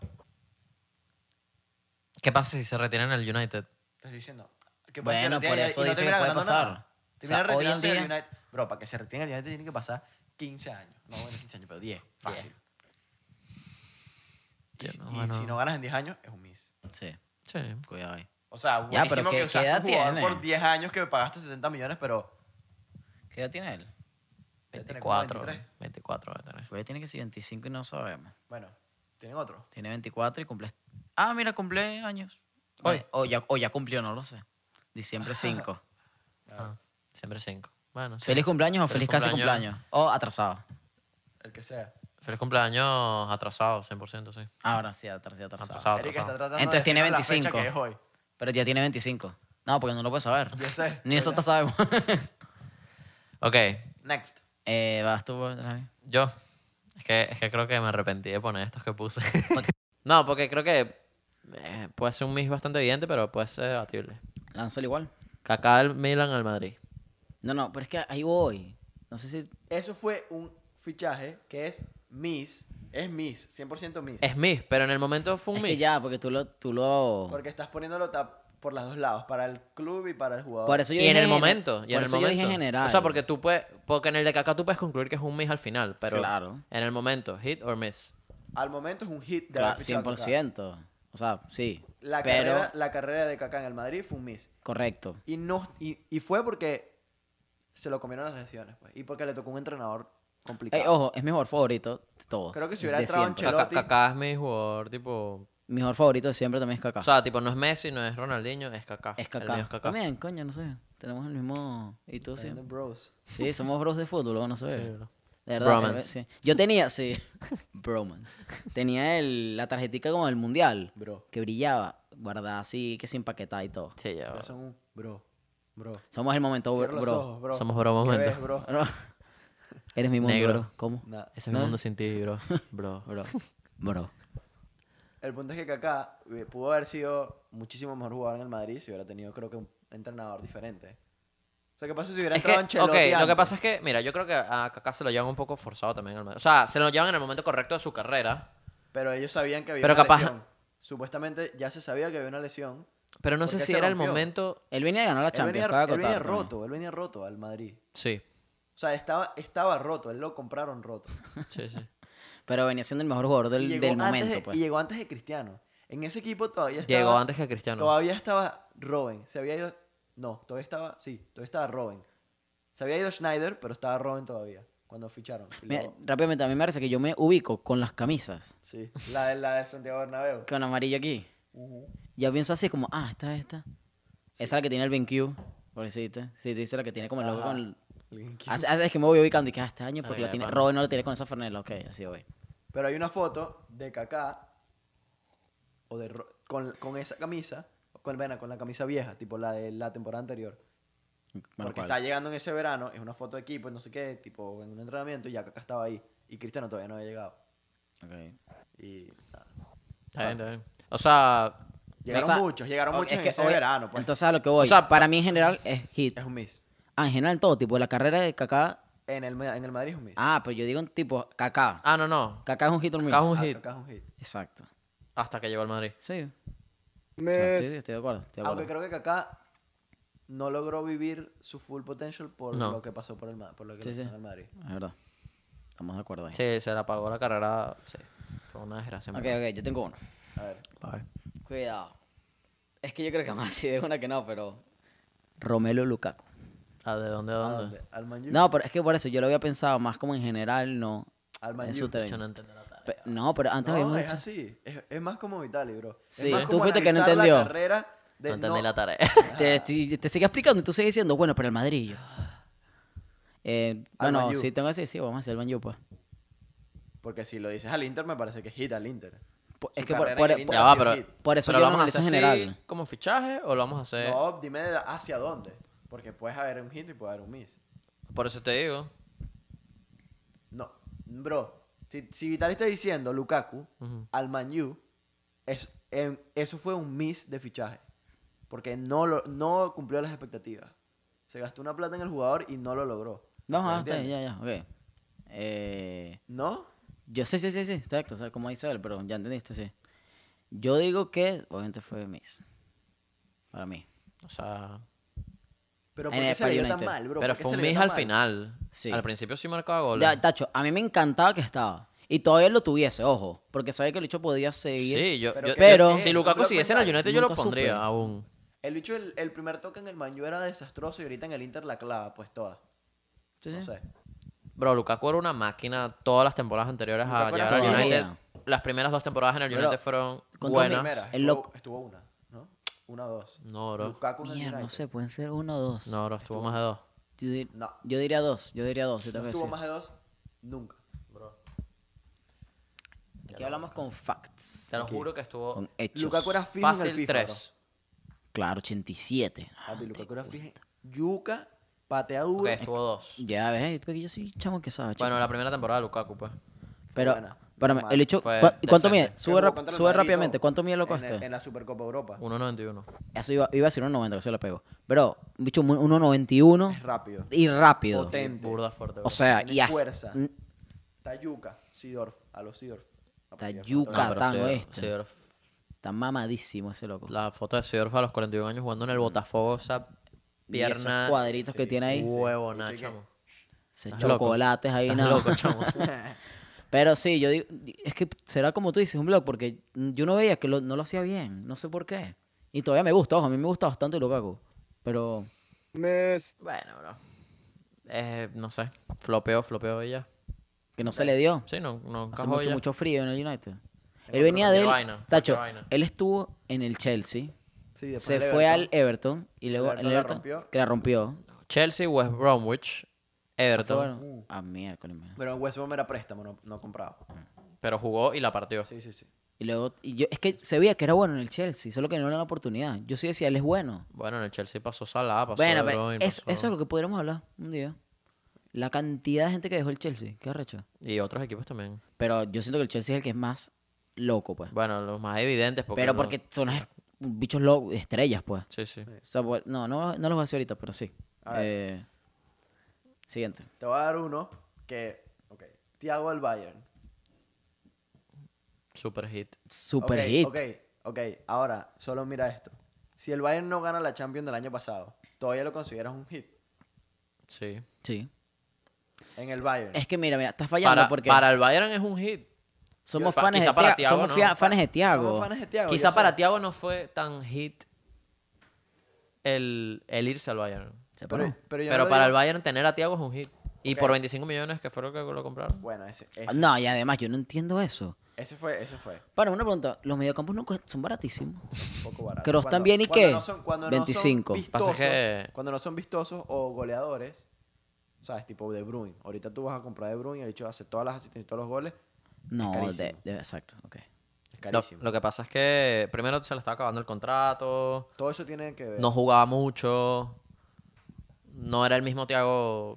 Speaker 1: ¿Qué pasa si se retiran en el United?
Speaker 3: Te estoy diciendo. ¿Qué pasa si
Speaker 2: Bueno,
Speaker 3: se
Speaker 2: por
Speaker 3: retira y-
Speaker 2: eso
Speaker 3: y no
Speaker 2: dicen que
Speaker 3: termina
Speaker 2: puede
Speaker 3: ganando
Speaker 2: pasar.
Speaker 3: nada?
Speaker 2: O sea,
Speaker 3: Termina
Speaker 2: hoy en
Speaker 3: retirándose del
Speaker 2: día-
Speaker 3: United. Bro, para que se retire el United tiene que pasar 15 años. No, bueno, 15 años, pero 10. Fácil. Y,
Speaker 1: Ya,
Speaker 3: si-
Speaker 1: no,
Speaker 3: y
Speaker 1: bueno.
Speaker 3: si no ganas en 10 años, es un miss.
Speaker 2: Sí,
Speaker 1: Sí.
Speaker 2: cuidado ahí.
Speaker 3: O
Speaker 2: Ya,
Speaker 3: sea, buenísimo
Speaker 2: pero ¿qué-
Speaker 3: que
Speaker 2: qué
Speaker 3: usaste
Speaker 2: edad
Speaker 3: un jugador
Speaker 2: tiene?
Speaker 3: por 10 años que pagaste 70 millones, pero...
Speaker 2: ¿Qué edad tiene él?
Speaker 3: debe tener como
Speaker 1: 24.
Speaker 3: 23.
Speaker 1: 24 va a tener.
Speaker 2: Pues tiene que ser 25 y no sabemos.
Speaker 3: Bueno, ¿tienen otro?
Speaker 2: Tiene 24 y cumple. Ah, mira, cumple años.
Speaker 1: Hoy.
Speaker 2: O ya, o ya cumplió, no lo sé. Diciembre 5.
Speaker 1: Ah, siempre 5. Bueno, sí.
Speaker 2: feliz cumpleaños o feliz,
Speaker 1: Feliz
Speaker 2: casi
Speaker 1: cumpleaños.
Speaker 2: cumpleaños. O atrasado.
Speaker 3: El que sea.
Speaker 1: Feliz cumpleaños atrasado, 100%, sí.
Speaker 2: Ah, Ahora sí, atrasado, atrasado.
Speaker 1: Atrasado.
Speaker 3: Erika está tratando
Speaker 2: Ah, Entonces
Speaker 3: de
Speaker 2: tiene
Speaker 3: decirnos La
Speaker 2: 25.
Speaker 3: fecha que es hoy.
Speaker 2: Pero ya tiene 25. No, porque no lo puedes saber.
Speaker 3: Yo sé.
Speaker 2: Ni nosotros sabemos.
Speaker 1: Ok,
Speaker 3: Next.
Speaker 2: eh, vas tú, David.
Speaker 1: yo. Es que, es que creo que me arrepentí de poner estos que puse. no, porque creo que eh, puede ser un miss bastante evidente, pero puede ser debatible.
Speaker 2: Lanzó igual.
Speaker 1: Kaká del Milan al Madrid.
Speaker 2: No, no, pero es que ahí voy. No sé si.
Speaker 3: Eso fue un fichaje que es miss. Es miss. 100% miss.
Speaker 1: Es miss, pero en el momento fue un
Speaker 2: Es
Speaker 1: miss.
Speaker 2: que ya, porque tú lo. Tú lo...
Speaker 3: Porque estás poniéndolo tap- por los dos lados, para el club y para el jugador.
Speaker 2: Por eso yo
Speaker 1: y en
Speaker 2: dije
Speaker 1: el
Speaker 2: gener-
Speaker 1: momento. Y
Speaker 2: por
Speaker 1: en el
Speaker 2: eso
Speaker 1: momento.
Speaker 2: yo dije en general.
Speaker 1: O sea, porque tú puedes. Porque en el de Kaká tú puedes concluir que es un miss al final, pero.
Speaker 2: Claro.
Speaker 1: En el momento, hit or miss.
Speaker 3: Al momento es un hit de la
Speaker 2: Claro,
Speaker 3: afición.
Speaker 2: 100%. O sea, sí.
Speaker 3: La,
Speaker 2: pero,
Speaker 3: carrera, la carrera de Kaká en el Madrid fue un miss.
Speaker 2: correcto.
Speaker 3: Y, no, y, y fue porque se lo comieron las lesiones. pues, y porque le tocó un entrenador complicado.
Speaker 2: Ey, ojo, es mi jugador favorito de todos.
Speaker 3: Creo que si
Speaker 2: es
Speaker 3: hubiera
Speaker 2: de
Speaker 3: entrado
Speaker 2: siempre.
Speaker 3: Ancelotti-
Speaker 1: Kaká, Kaká es mi jugador, tipo.
Speaker 2: Mi jugador favorito de siempre también es Kaká.
Speaker 1: O sea, tipo, no es Messi, no es Ronaldinho, es Kaká.
Speaker 2: es
Speaker 1: El mío
Speaker 2: Kaká.
Speaker 1: es Kaká.
Speaker 2: También, coño, no sé. Tenemos el mismo... Y
Speaker 1: oh,
Speaker 2: tú sí.
Speaker 3: Fernando Bros.
Speaker 2: Sí, somos bros de fútbol, ¿o no se ve.
Speaker 1: Sí, bro.
Speaker 2: De verdad, se
Speaker 1: Bromance.
Speaker 2: ve, sí. Yo tenía, sí. Bromance. Tenía el, la tarjetica como del mundial.
Speaker 3: Bro.
Speaker 2: Que brillaba. Guardada así, que sin paquetada y todo.
Speaker 1: Sí, ya.
Speaker 3: Pero
Speaker 1: va.
Speaker 3: son un bro. Bro.
Speaker 2: Somos el momento,
Speaker 3: Cierra
Speaker 2: bro.
Speaker 3: los ojos, bro.
Speaker 1: Somos bro
Speaker 3: ¿Qué
Speaker 1: momento.
Speaker 3: ves, bro?
Speaker 2: Bro. Eres mi mundo,
Speaker 1: Negro.
Speaker 2: bro. ¿Cómo?
Speaker 3: Nada.
Speaker 1: Ese es mi mundo sin ti, bro. Bro, bro.
Speaker 2: Bro.
Speaker 3: El punto es que Kaká eh, pudo haber sido muchísimo mejor jugador en el Madrid si hubiera tenido, creo que, un entrenador diferente. O sea, ¿qué pasa si hubiera
Speaker 1: Es que,
Speaker 3: entrado Ancelotti
Speaker 1: ok, lo que
Speaker 3: antes?
Speaker 1: pasa es que, mira, yo creo que a Kaká se lo llevan un poco forzado también. al Madrid. O sea, se lo llevan en el momento correcto de su carrera,
Speaker 3: Pero ellos sabían que había
Speaker 1: Pero
Speaker 3: una
Speaker 1: capaz-
Speaker 3: lesión. Supuestamente ya se sabía que había una lesión.
Speaker 1: pero no
Speaker 3: ¿Por
Speaker 1: sé
Speaker 3: qué
Speaker 1: si
Speaker 3: se
Speaker 1: era el
Speaker 3: rompió?
Speaker 1: momento.
Speaker 2: Él venía a ganar la
Speaker 3: Él
Speaker 2: Champions.
Speaker 3: venía,
Speaker 2: acaba de
Speaker 3: él venía
Speaker 2: acotar también.
Speaker 3: roto, él venía roto al Madrid.
Speaker 1: Sí.
Speaker 3: O sea, estaba, estaba roto, él lo compraron roto.
Speaker 1: Sí, sí.
Speaker 2: Pero venía siendo el mejor jugador
Speaker 3: Y
Speaker 2: del,
Speaker 3: llegó
Speaker 2: del
Speaker 3: antes de-
Speaker 2: momento, pues.
Speaker 3: Y llegó antes de Cristiano. En ese equipo todavía estaba...
Speaker 1: Llegó antes que Cristiano.
Speaker 3: Todavía estaba Robin. Se había ido... No, todavía estaba... Sí, todavía estaba Robin. Se había ido Schneider, pero estaba Robin todavía. Cuando ficharon. Y
Speaker 2: Mira,
Speaker 3: luego-
Speaker 2: rápidamente, a mí me parece que yo me ubico con las camisas.
Speaker 3: Sí, la de, la de Santiago Bernabéu.
Speaker 2: Con amarillo aquí.
Speaker 3: Ujú.
Speaker 2: Yo pienso así como, ah, esta, esta. Esa es la que tiene el BenQ, pobrecita. Sí, dice la que tiene como el logo
Speaker 3: Ajá.
Speaker 2: con...
Speaker 3: Linky.
Speaker 2: Hace, hace- es que me voy ubicando y que, ah, este año porque
Speaker 1: Verga,
Speaker 2: la tiene...
Speaker 1: pana.
Speaker 2: Robin no la tiene con esa franela, ok, así voy.
Speaker 3: Pero hay una foto de Kaká o de Ro- con, con esa camisa, con, bueno, con la camisa vieja, tipo la de la temporada anterior.
Speaker 2: Bueno,
Speaker 3: porque
Speaker 2: ¿cuál?
Speaker 3: está llegando en ese verano, es una foto de equipo, no sé qué, tipo en un entrenamiento y ya Kaká estaba ahí y Cristiano todavía no había llegado.
Speaker 2: Ok.
Speaker 3: Y nada.
Speaker 1: Está bien, está bien. O sea,
Speaker 3: llegaron
Speaker 2: Esa-
Speaker 3: muchos, llegaron
Speaker 2: Ok,
Speaker 3: muchos
Speaker 2: es
Speaker 3: en
Speaker 2: que,
Speaker 3: ese
Speaker 2: oye,
Speaker 3: verano, pues.
Speaker 2: Entonces a lo que voy.
Speaker 1: O sea,
Speaker 2: para mí en general es hit.
Speaker 3: es un miss.
Speaker 2: Ah, en general todo, tipo la carrera de Kaká.
Speaker 3: En el, en el Madrid es un miss.
Speaker 2: Ah, pero yo digo en tipo Kaká.
Speaker 1: ah, no, no.
Speaker 2: Kaká es un hit o miss.
Speaker 1: Kaká es un
Speaker 3: Ah,
Speaker 1: hit.
Speaker 3: Kaká es un hit.
Speaker 2: Exacto.
Speaker 1: Hasta que llegó al Madrid.
Speaker 2: Sí. O sea, estoy, estoy de acuerdo. estoy de
Speaker 3: Aunque
Speaker 2: acuerdo.
Speaker 3: creo que Kaká no logró vivir su full potential por
Speaker 1: No.
Speaker 3: lo que pasó por el Ma- por lo que
Speaker 2: Sí,
Speaker 3: le pasó
Speaker 2: sí.
Speaker 3: en el Madrid.
Speaker 2: Es verdad. Estamos de acuerdo ahí.
Speaker 1: Sí, se le apagó la carrera. Sí. Fue una desgracia. en
Speaker 2: Ok,
Speaker 1: verdad.
Speaker 2: ok, yo tengo uno.
Speaker 3: A ver.
Speaker 1: A ver.
Speaker 2: Cuidado. Es que yo creo que más sí de una que no, pero. Romelo Lukaku.
Speaker 1: Ah, ¿De dónde a
Speaker 3: ¿A
Speaker 1: dónde?
Speaker 3: dónde? Al Man U.
Speaker 2: No, pero es que por eso yo lo había pensado más como en general, no.
Speaker 3: Al Man
Speaker 2: en
Speaker 3: U.
Speaker 2: su término.
Speaker 1: Yo no entendí la tarea.
Speaker 2: Pe- No, pero antes
Speaker 3: No,
Speaker 2: habíamos
Speaker 3: es
Speaker 2: dicho-
Speaker 3: así. Es, es más como Vitali, bro. Es
Speaker 2: Sí,
Speaker 3: más
Speaker 2: tú
Speaker 3: como
Speaker 2: fuiste que no
Speaker 3: analizar la
Speaker 2: entendió.
Speaker 3: carrera de-
Speaker 1: No entendí
Speaker 3: no,
Speaker 1: la tarea.
Speaker 2: te, te, te sigue explicando y tú sigues diciendo, bueno, pero el Madrid. y yo, Eh,
Speaker 3: Al
Speaker 2: bueno,
Speaker 3: Man U.
Speaker 2: sí, tengo que decir, sí, vamos a hacer el Man U, pues.
Speaker 3: Porque si lo dices al Inter, me parece que es hit al Inter.
Speaker 2: Po-
Speaker 3: Su
Speaker 2: es que por,
Speaker 3: carrera
Speaker 2: por-
Speaker 3: en el Inter
Speaker 1: Ya
Speaker 3: ha
Speaker 1: va,
Speaker 3: sido
Speaker 1: pero.
Speaker 3: hit.
Speaker 2: por eso
Speaker 1: pero
Speaker 2: yo
Speaker 1: lo
Speaker 2: lo
Speaker 1: vamos a hacer
Speaker 2: analizo en
Speaker 1: así
Speaker 2: general.
Speaker 1: como fichaje o lo vamos a hacer.
Speaker 3: No, dime hacia dónde. Porque puedes haber un hit y puede haber un miss.
Speaker 1: Por eso te digo.
Speaker 3: No, bro. Si, si Vitali está diciendo Lukaku
Speaker 1: Ujú.
Speaker 3: al Man U, es, em, eso fue un miss de fichaje. Porque no, lo, no cumplió las expectativas. Se gastó una plata en el jugador y no lo logró.
Speaker 2: Vamos a ver,
Speaker 3: ¿Me
Speaker 2: ah, está bien,
Speaker 3: entiendes?
Speaker 2: ya, ya, ok. Eh,
Speaker 3: ¿No?
Speaker 2: yo sí, sí, sí, sí, exacto, o sea, como dice él, pero ya entendiste, sí. Yo digo que, obviamente fue Miss. Para mí.
Speaker 1: O sea.
Speaker 3: Pero
Speaker 2: En
Speaker 3: ¿por qué
Speaker 2: el
Speaker 3: se le dio
Speaker 2: United.
Speaker 3: tan mal, bro?
Speaker 1: pero
Speaker 3: ¿Por qué
Speaker 1: fue
Speaker 3: se
Speaker 1: un
Speaker 3: le dio
Speaker 1: mis
Speaker 3: tan
Speaker 1: al
Speaker 3: mal?
Speaker 1: final.
Speaker 2: Sí.
Speaker 1: Al principio sí marcaba goles.
Speaker 2: Ya, Tacho, a mí me encantaba que estaba. Y todavía lo tuviese, ojo. Porque sabía que el hecho podía seguir.
Speaker 1: Sí, yo.
Speaker 3: Pero
Speaker 1: yo-
Speaker 3: que- eh,
Speaker 2: Pero-
Speaker 1: si Lukaku
Speaker 3: Nunca
Speaker 1: siguiese en el
Speaker 3: supe.
Speaker 1: United, yo lo
Speaker 2: Nunca
Speaker 1: pondría
Speaker 2: supe.
Speaker 1: aún.
Speaker 3: El bicho, el, el primer toque en el Manju era desastroso y ahorita en el Inter la clava, pues toda.
Speaker 2: Sí,
Speaker 3: No
Speaker 2: sí.
Speaker 3: sé.
Speaker 1: Bro, Lukaku era una máquina todas las temporadas anteriores a
Speaker 3: Lukaku era
Speaker 1: llegar al
Speaker 2: toda la
Speaker 1: United.
Speaker 2: vida.
Speaker 1: Las primeras dos temporadas en el
Speaker 2: Bro,
Speaker 1: United fueron
Speaker 2: con todo mi-
Speaker 1: buenas.
Speaker 3: Primera,
Speaker 2: el
Speaker 3: estuvo,
Speaker 2: loco-
Speaker 3: estuvo una, ¿no? Una o dos.
Speaker 1: No, bro.
Speaker 3: Lukaku en el
Speaker 2: Mierda, no
Speaker 3: United.
Speaker 2: sé, pueden ser uno o dos.
Speaker 1: No, bro, estuvo más de dos.
Speaker 2: Yo, dir-
Speaker 3: No.
Speaker 2: yo diría dos, yo diría dos. yo tengo que
Speaker 3: No estuvo
Speaker 2: decir.
Speaker 3: más de dos nunca. Bro.
Speaker 2: Aquí hablamos con facts.
Speaker 1: Te lo juro que estuvo
Speaker 2: Con hechos.
Speaker 3: Lukaku era fijo en el
Speaker 1: fácil
Speaker 3: FIFA,
Speaker 1: tres.
Speaker 2: Claro, 87.
Speaker 3: bro. Papi, Lukaku era fijo. Yuca, patea duro.
Speaker 1: Ok, estuvo dos.
Speaker 2: Ya ves, eh, porque yo soy chamo que sabe. chico.
Speaker 1: Bueno, la primera temporada de Lukaku, pues.
Speaker 2: pero,
Speaker 3: buena,
Speaker 2: pero
Speaker 3: normal.
Speaker 2: el hecho.
Speaker 1: Fue
Speaker 2: ¿cuá- ¿Y cuánto mide?
Speaker 1: decente.
Speaker 2: Sube,
Speaker 3: Jugó
Speaker 2: rap-
Speaker 3: contra el
Speaker 2: sube
Speaker 3: Madrid y
Speaker 2: rápidamente.
Speaker 3: todo.
Speaker 2: ¿Cuánto mide loco
Speaker 3: En, el-
Speaker 2: este?
Speaker 3: en la Supercopa Europa.
Speaker 1: 1.91.
Speaker 2: Eso iba, iba a decir 1.90, que se lo pego. Pero, bicho, mu- 1.91
Speaker 3: Es rápido.
Speaker 2: y rápido.
Speaker 3: Potente.
Speaker 1: Burda fuerte.
Speaker 2: O
Speaker 1: bro.
Speaker 2: sea,
Speaker 3: Tiene
Speaker 2: y as-
Speaker 3: fuerza.
Speaker 2: n-
Speaker 3: Está Yuca, Sidorf, a los Sidorf. Ah, pues,
Speaker 2: Está
Speaker 3: Sidorf,
Speaker 2: Yuca.
Speaker 3: no,
Speaker 1: pero
Speaker 2: tan
Speaker 1: Sidorf-
Speaker 2: oeste.
Speaker 1: Sidorf-
Speaker 2: Está mamadísimo ese loco.
Speaker 1: la foto de Sidorf a los 41 años jugando en el Botafogo, esa
Speaker 2: Y esos
Speaker 1: pierna.
Speaker 2: cuadritos que
Speaker 3: sí,
Speaker 2: tiene ahí.
Speaker 3: sí.
Speaker 1: Huevo,
Speaker 3: Yo
Speaker 1: nada,
Speaker 3: chequé.
Speaker 1: chamo.
Speaker 2: Ese
Speaker 1: Estás loco.
Speaker 2: chocolates ahí,
Speaker 1: Estás
Speaker 2: nada.
Speaker 1: loco, chamo.
Speaker 2: Pero sí, yo digo, di- es que será como tú dices, un blog, porque yo no veía que lo- no lo hacía bien, no sé por qué. Y todavía me gusta, ojo, a mí me gusta bastante Lukaku. Pero,
Speaker 1: bueno, bro. Eh, no sé. Flopeo, flopeo y ya.
Speaker 2: que no se le dio.
Speaker 1: Sí, no, no
Speaker 2: Hace
Speaker 1: encajó
Speaker 2: mucho,
Speaker 1: ya.
Speaker 2: mucho frío en el United. Él
Speaker 1: otro-
Speaker 2: venía de.
Speaker 1: cualquier vaina,
Speaker 2: Tacho,
Speaker 1: cualquier vaina.
Speaker 2: él estuvo en el Chelsea,
Speaker 3: Sí, después
Speaker 2: se
Speaker 3: el
Speaker 2: fue al
Speaker 3: Everton.
Speaker 2: Everton y luego
Speaker 3: Everton
Speaker 2: el
Speaker 3: la
Speaker 2: Everton
Speaker 3: rompió. Ah,
Speaker 2: que la rompió.
Speaker 1: Chelsea, West Bromwich,
Speaker 2: Fue
Speaker 1: Everton.
Speaker 2: bueno,
Speaker 3: uh.
Speaker 2: a miércoles. man.
Speaker 3: Pero en West Brom era préstamo, no, no comprado.
Speaker 2: Mm.
Speaker 1: Pero jugó y la partió.
Speaker 3: Sí, sí, sí.
Speaker 2: Y luego, y yo, es que se veía que era bueno en el Chelsea, solo que no le la oportunidad. Yo sí decía, él es bueno.
Speaker 1: Bueno, en el Chelsea pasó Salah, pasó
Speaker 2: Bueno,
Speaker 1: De
Speaker 2: pero
Speaker 1: Bruyne,
Speaker 2: eso,
Speaker 1: pasó-
Speaker 2: eso es lo que podríamos hablar un día. La cantidad de gente que dejó el Chelsea, qué arrecho.
Speaker 1: Y otros equipos también.
Speaker 2: Pero yo siento que el Chelsea es el que es más loco, pues.
Speaker 1: Bueno, los más evidentes. Porque
Speaker 2: pero
Speaker 1: no-
Speaker 2: porque son es- bichos locos, estrellas, pues.
Speaker 1: Sí, sí.
Speaker 2: O sea, pues, no, no, no los voy a decir ahorita, pero sí.
Speaker 3: A ver.
Speaker 2: Eh, siguiente.
Speaker 3: Te voy a dar uno que. Ok. Thiago al Bayern.
Speaker 1: Super hit.
Speaker 2: Super
Speaker 3: Ok,
Speaker 2: hit.
Speaker 3: Ok, ok. Ahora, solo mira esto. Si el Bayern no gana la Champions del año pasado, todavía lo consideras un hit.
Speaker 1: Sí.
Speaker 2: Sí.
Speaker 3: en el Bayern.
Speaker 2: Es que mira, mira, estás fallando
Speaker 1: Para,
Speaker 2: porque
Speaker 1: para el Bayern es un hit.
Speaker 2: somos
Speaker 1: pa-
Speaker 2: fans de
Speaker 1: quizá para
Speaker 2: Thiago-
Speaker 1: Thiago,
Speaker 2: somos
Speaker 1: ¿no?
Speaker 2: fia- fans de
Speaker 3: Somos
Speaker 2: Tiago.
Speaker 3: fans de Thiago,
Speaker 1: Quizá
Speaker 3: yo
Speaker 1: para
Speaker 3: sé.
Speaker 1: Thiago no fue tan hit el, el irse al Bayern.
Speaker 3: Pero, pero yo
Speaker 1: Pero
Speaker 3: no lo
Speaker 1: para el
Speaker 3: digo-
Speaker 1: Bayern tener a Thiago es un hit. Y
Speaker 3: Ok.
Speaker 1: por 25 millones que fue lo que lo compraron.
Speaker 3: Bueno, ese, ese,
Speaker 2: No, y además yo no entiendo eso.
Speaker 3: ese fue, ese fue.
Speaker 2: Bueno, una pregunta, los mediocampos no cuest- son baratísimos.
Speaker 3: Un poco barato.
Speaker 2: Kroos
Speaker 3: Cuando-
Speaker 2: también, ¿y
Speaker 3: cuando
Speaker 2: qué?
Speaker 3: no son- cuando no son
Speaker 2: 25.
Speaker 1: Pasa
Speaker 3: vistosos,
Speaker 1: que-
Speaker 3: Cuando no son vistosos o goleadores, ¿sabes? Tipo De Bruyne. Ahorita tú vas a comprar De Bruyne y el hecho hace todas las asistencias y todos los goles.
Speaker 2: No, de,
Speaker 3: carísimo.
Speaker 2: de- exacto, ok.
Speaker 3: Es
Speaker 1: Lo,
Speaker 3: carísimo.
Speaker 1: lo que pasa es que primero se le estaba acabando el contrato.
Speaker 3: Todo eso tiene que ver.
Speaker 1: no jugaba mucho, no era el mismo Tiago,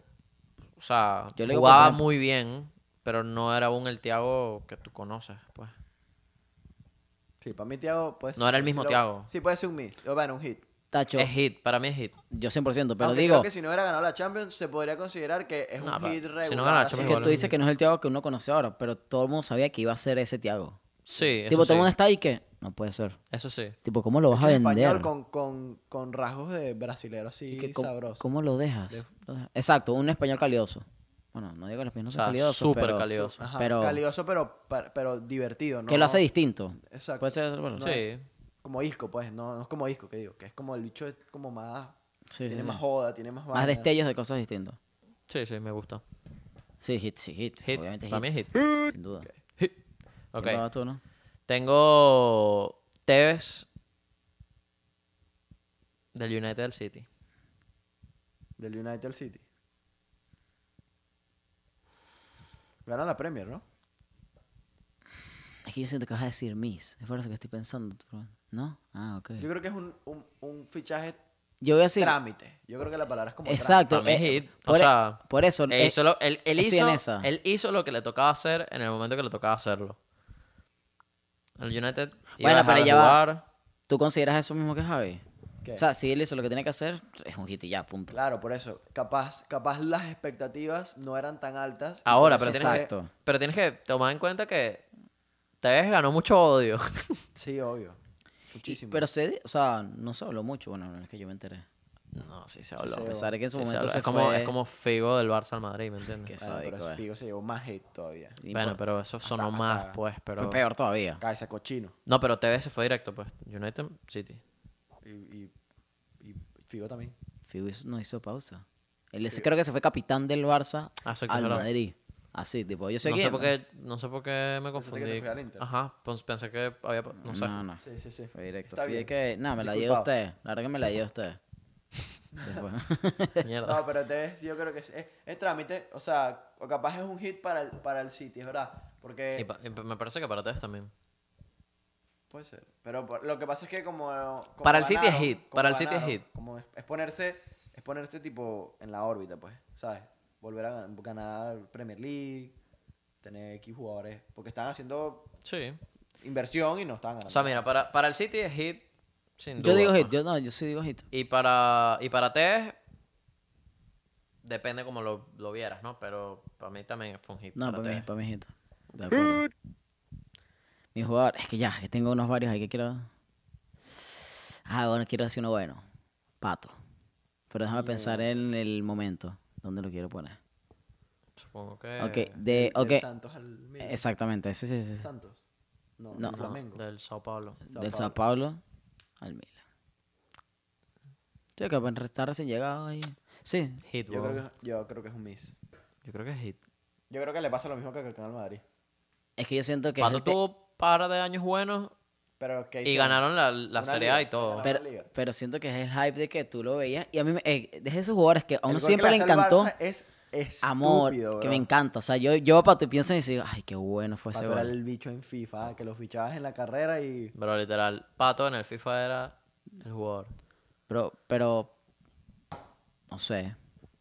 Speaker 1: o sea,
Speaker 2: Yo le digo
Speaker 1: jugaba
Speaker 2: por-
Speaker 1: muy bien, pero no era aún el Tiago que tú conoces, pues.
Speaker 3: Sí, para mí Thiago puede
Speaker 1: No era el mismo
Speaker 3: sí lo-
Speaker 1: Thiago.
Speaker 3: Sí, puede ser un miss. O bueno, un hit.
Speaker 2: Tacho,
Speaker 1: Es hit, para mí es hit.
Speaker 2: yo 100%, pero
Speaker 3: Aunque
Speaker 2: digo,
Speaker 3: creo que si no hubiera ganado la Champions, se podría considerar que es
Speaker 1: No,
Speaker 3: un
Speaker 1: pero
Speaker 3: hit
Speaker 1: si no
Speaker 3: regular.
Speaker 1: gana la
Speaker 3: así.
Speaker 1: Champions,
Speaker 2: es
Speaker 1: igual
Speaker 2: que
Speaker 1: es
Speaker 2: tú
Speaker 1: un
Speaker 2: dices
Speaker 1: hit.
Speaker 2: que no es el Tiago que uno conoce ahora, pero todo el mundo sabía que iba a ser ese Tiago.
Speaker 1: Sí, eso
Speaker 2: Tipo,
Speaker 1: sí.
Speaker 2: todo el mundo está ahí que no puede ser.
Speaker 1: Eso sí.
Speaker 2: Tipo, ¿cómo lo vas a
Speaker 3: Un español
Speaker 2: vender?
Speaker 3: con, con, con rasgos de brasilero así
Speaker 2: que cómo,
Speaker 3: sabroso.
Speaker 2: cómo lo dejas? Lo dejas- Exacto, un español calidoso. Bueno, no digo que los españoles no
Speaker 1: O sea,
Speaker 2: son calidosos,
Speaker 1: súper
Speaker 2: pero-
Speaker 1: calidoso.
Speaker 3: Ajá,
Speaker 2: pero
Speaker 3: Calioso, pero, pero, pero divertido, ¿no?
Speaker 2: que lo hace distinto.
Speaker 3: Exacto.
Speaker 2: Puede ser, bueno,
Speaker 1: sí.
Speaker 3: Como disco, pues. No, no es como disco, que digo. Que es como el bicho es como más...
Speaker 2: Sí, sí,
Speaker 3: tiene
Speaker 2: sí.
Speaker 3: más joda, tiene más...
Speaker 2: más
Speaker 3: vaina.
Speaker 2: destellos de cosas distintas.
Speaker 1: Sí, sí, me gusta.
Speaker 2: Sí, hit, sí, hit.
Speaker 1: Hit.
Speaker 2: Obviamente
Speaker 1: Para mí es
Speaker 2: hit.
Speaker 1: hit.
Speaker 2: Sin duda.
Speaker 1: Hit. Ok.
Speaker 2: ¿Quién lo vas tú, no?
Speaker 1: Tengo Tevez del United del City.
Speaker 3: Del United City. Gana la Premier, ¿no?
Speaker 2: Es que yo siento que vas a decir Miss. Es por eso que estoy pensando. pero- ¿No? Ah, ok.
Speaker 3: Yo creo que es un, un, un fichaje
Speaker 2: Yo voy a decir.
Speaker 3: trámite. Yo creo que la palabra es como
Speaker 2: Exacto.
Speaker 1: Para mí es
Speaker 2: eh,
Speaker 1: hit. O
Speaker 2: Por, e-
Speaker 1: sea,
Speaker 2: por eso.
Speaker 1: Él
Speaker 2: eh,
Speaker 1: hizo, lo- él- él
Speaker 2: estoy
Speaker 1: hizo-
Speaker 2: en esa.
Speaker 1: él hizo lo que le tocaba hacer en el momento que le tocaba hacerlo. El United iba
Speaker 2: Bueno,
Speaker 1: a dejar
Speaker 2: pero
Speaker 1: de
Speaker 2: ya va.
Speaker 1: jugar.
Speaker 2: ¿Tú consideras eso mismo que Javi?
Speaker 3: ¿Qué?
Speaker 2: O sea, si él hizo lo que tiene que hacer, es un hit y ya, punto.
Speaker 3: Claro, por eso. Capaz, capaz las expectativas no eran tan altas. y
Speaker 1: Ahora,
Speaker 3: por
Speaker 1: pero
Speaker 3: eso
Speaker 1: tienes, que,
Speaker 2: Exacto.
Speaker 1: pero tienes que tomar en cuenta que Tevez ganó mucho odio.
Speaker 3: se- Sí, obvio. Muchísimo.
Speaker 2: Pero se, o sea, no se habló mucho. Bueno, no es que yo me enteré.
Speaker 1: No, sí se habló.
Speaker 2: A
Speaker 3: Sí,
Speaker 2: pesar de que en su
Speaker 1: Sí se
Speaker 2: momento
Speaker 1: habló.
Speaker 2: se
Speaker 1: es, como,
Speaker 2: fue-
Speaker 1: es como Figo del Barça al Madrid, ¿me entiendes?
Speaker 2: Que-
Speaker 3: Bueno, pero
Speaker 2: sádico, eh.
Speaker 3: Figo se llevó más hate todavía.
Speaker 2: y
Speaker 1: bueno,
Speaker 2: por-
Speaker 1: pero eso sonó
Speaker 3: hasta-
Speaker 1: más,
Speaker 3: hasta-
Speaker 1: pues. Pero...
Speaker 2: Fue peor todavía.
Speaker 3: Cabeza cochino.
Speaker 1: No, pero Tevez se fue directo, pues. United City.
Speaker 3: Y, y, y Figo también.
Speaker 2: Figo hizo- no hizo pausa. Él se- creo que se fue capitán del Barça
Speaker 1: Ah, sí, que es
Speaker 2: al
Speaker 1: verdad.
Speaker 2: Madrid. Así, tipo, yo sé
Speaker 1: No
Speaker 2: que...
Speaker 1: sé, por qué, no sé por qué me
Speaker 3: Pensaste que te
Speaker 1: confundí.
Speaker 3: fue al Inter.
Speaker 1: Ajá, pues, pensé que había... No sé.
Speaker 2: No, no.
Speaker 3: Sí, sí, sí.
Speaker 2: Fue directo.
Speaker 3: Está
Speaker 2: Así
Speaker 3: bien.
Speaker 2: que, no, me la dio
Speaker 3: Disculpado.
Speaker 2: usted. La verdad que me la dio usted. Se fue.
Speaker 1: Mierda.
Speaker 3: No, pero te, yo creo que es, es, es trámite. O sea, o capaz es un hit para el, para el City, es verdad. Porque
Speaker 1: Y pa- y me parece que para Tevez también.
Speaker 3: Puede ser. Pero por- lo que pasa es que como... como
Speaker 1: Para el City es
Speaker 3: ganaron-
Speaker 1: hit,
Speaker 3: como
Speaker 1: para el City es
Speaker 3: ganaron,
Speaker 1: hit.
Speaker 3: Como es, es ponerse, es ponerse tipo en la órbita, pues, ¿sabes? Volver a gan- ganar Premier League, tener X jugadores. Porque están haciendo
Speaker 1: Sí.
Speaker 3: inversión y no están ganando.
Speaker 1: O sea, mira, para, para el City es hit, sin duda.
Speaker 2: yo digo hit.
Speaker 1: pues.
Speaker 2: Yo, no, yo sí digo hit.
Speaker 1: Y para, y para Tevez, depende como lo, lo vieras, ¿no? Pero para mí también fue un hit.
Speaker 2: No,
Speaker 1: para
Speaker 2: para mí,
Speaker 1: Tevez.
Speaker 2: para mí es hit. De acuerdo. Mi jugador... Es que ya, que tengo unos varios ahí que quiero... Ah, bueno, quiero decir uno bueno. Pato. Pero déjame pensar
Speaker 3: Eh.
Speaker 2: en el momento. ¿Dónde lo quiero poner?
Speaker 1: Supongo que...
Speaker 2: Ok,
Speaker 3: Del-
Speaker 2: de...
Speaker 3: del
Speaker 2: Ok.
Speaker 3: Santos al Milan.
Speaker 2: Exactamente, sí, sí, sí. sí.
Speaker 3: Santos. No,
Speaker 2: No.
Speaker 3: del
Speaker 1: no,
Speaker 3: Flamengo.
Speaker 1: del Sao Paulo.
Speaker 2: Del Sao Paulo al Milan. Sí, que pueden estar recién llegado ahí. Sí.
Speaker 1: Hit,
Speaker 3: Yo
Speaker 1: yo,
Speaker 3: creo, que, yo creo que es un miss.
Speaker 1: yo creo que es hit.
Speaker 3: Yo creo que le pasa lo mismo que a Cacán al Madrid.
Speaker 2: Es que yo siento que. es
Speaker 1: Cuando
Speaker 2: el te-
Speaker 1: tuvo un par de años buenos
Speaker 3: Pero que
Speaker 1: y ganaron la, la
Speaker 3: Una
Speaker 1: Serie A y
Speaker 3: liga,
Speaker 1: todo.
Speaker 3: ganaron.
Speaker 2: pero,
Speaker 3: la liga.
Speaker 2: pero siento que es el hype de que tú lo veías. Y a mí, me, eh, de esos jugadores que a uno siempre le encantó.
Speaker 3: Es estúpido,
Speaker 2: Amor, que
Speaker 3: bro.
Speaker 2: me encanta. O sea, yo, yo para ti pienso y digo, ay, qué bueno fue ese
Speaker 3: Pato era
Speaker 2: gol.
Speaker 3: el bicho en FIFA, que lo fichabas en la carrera y...
Speaker 1: Pero literal, Pato en el FIFA era el jugador.
Speaker 2: Pero, pero. No sé.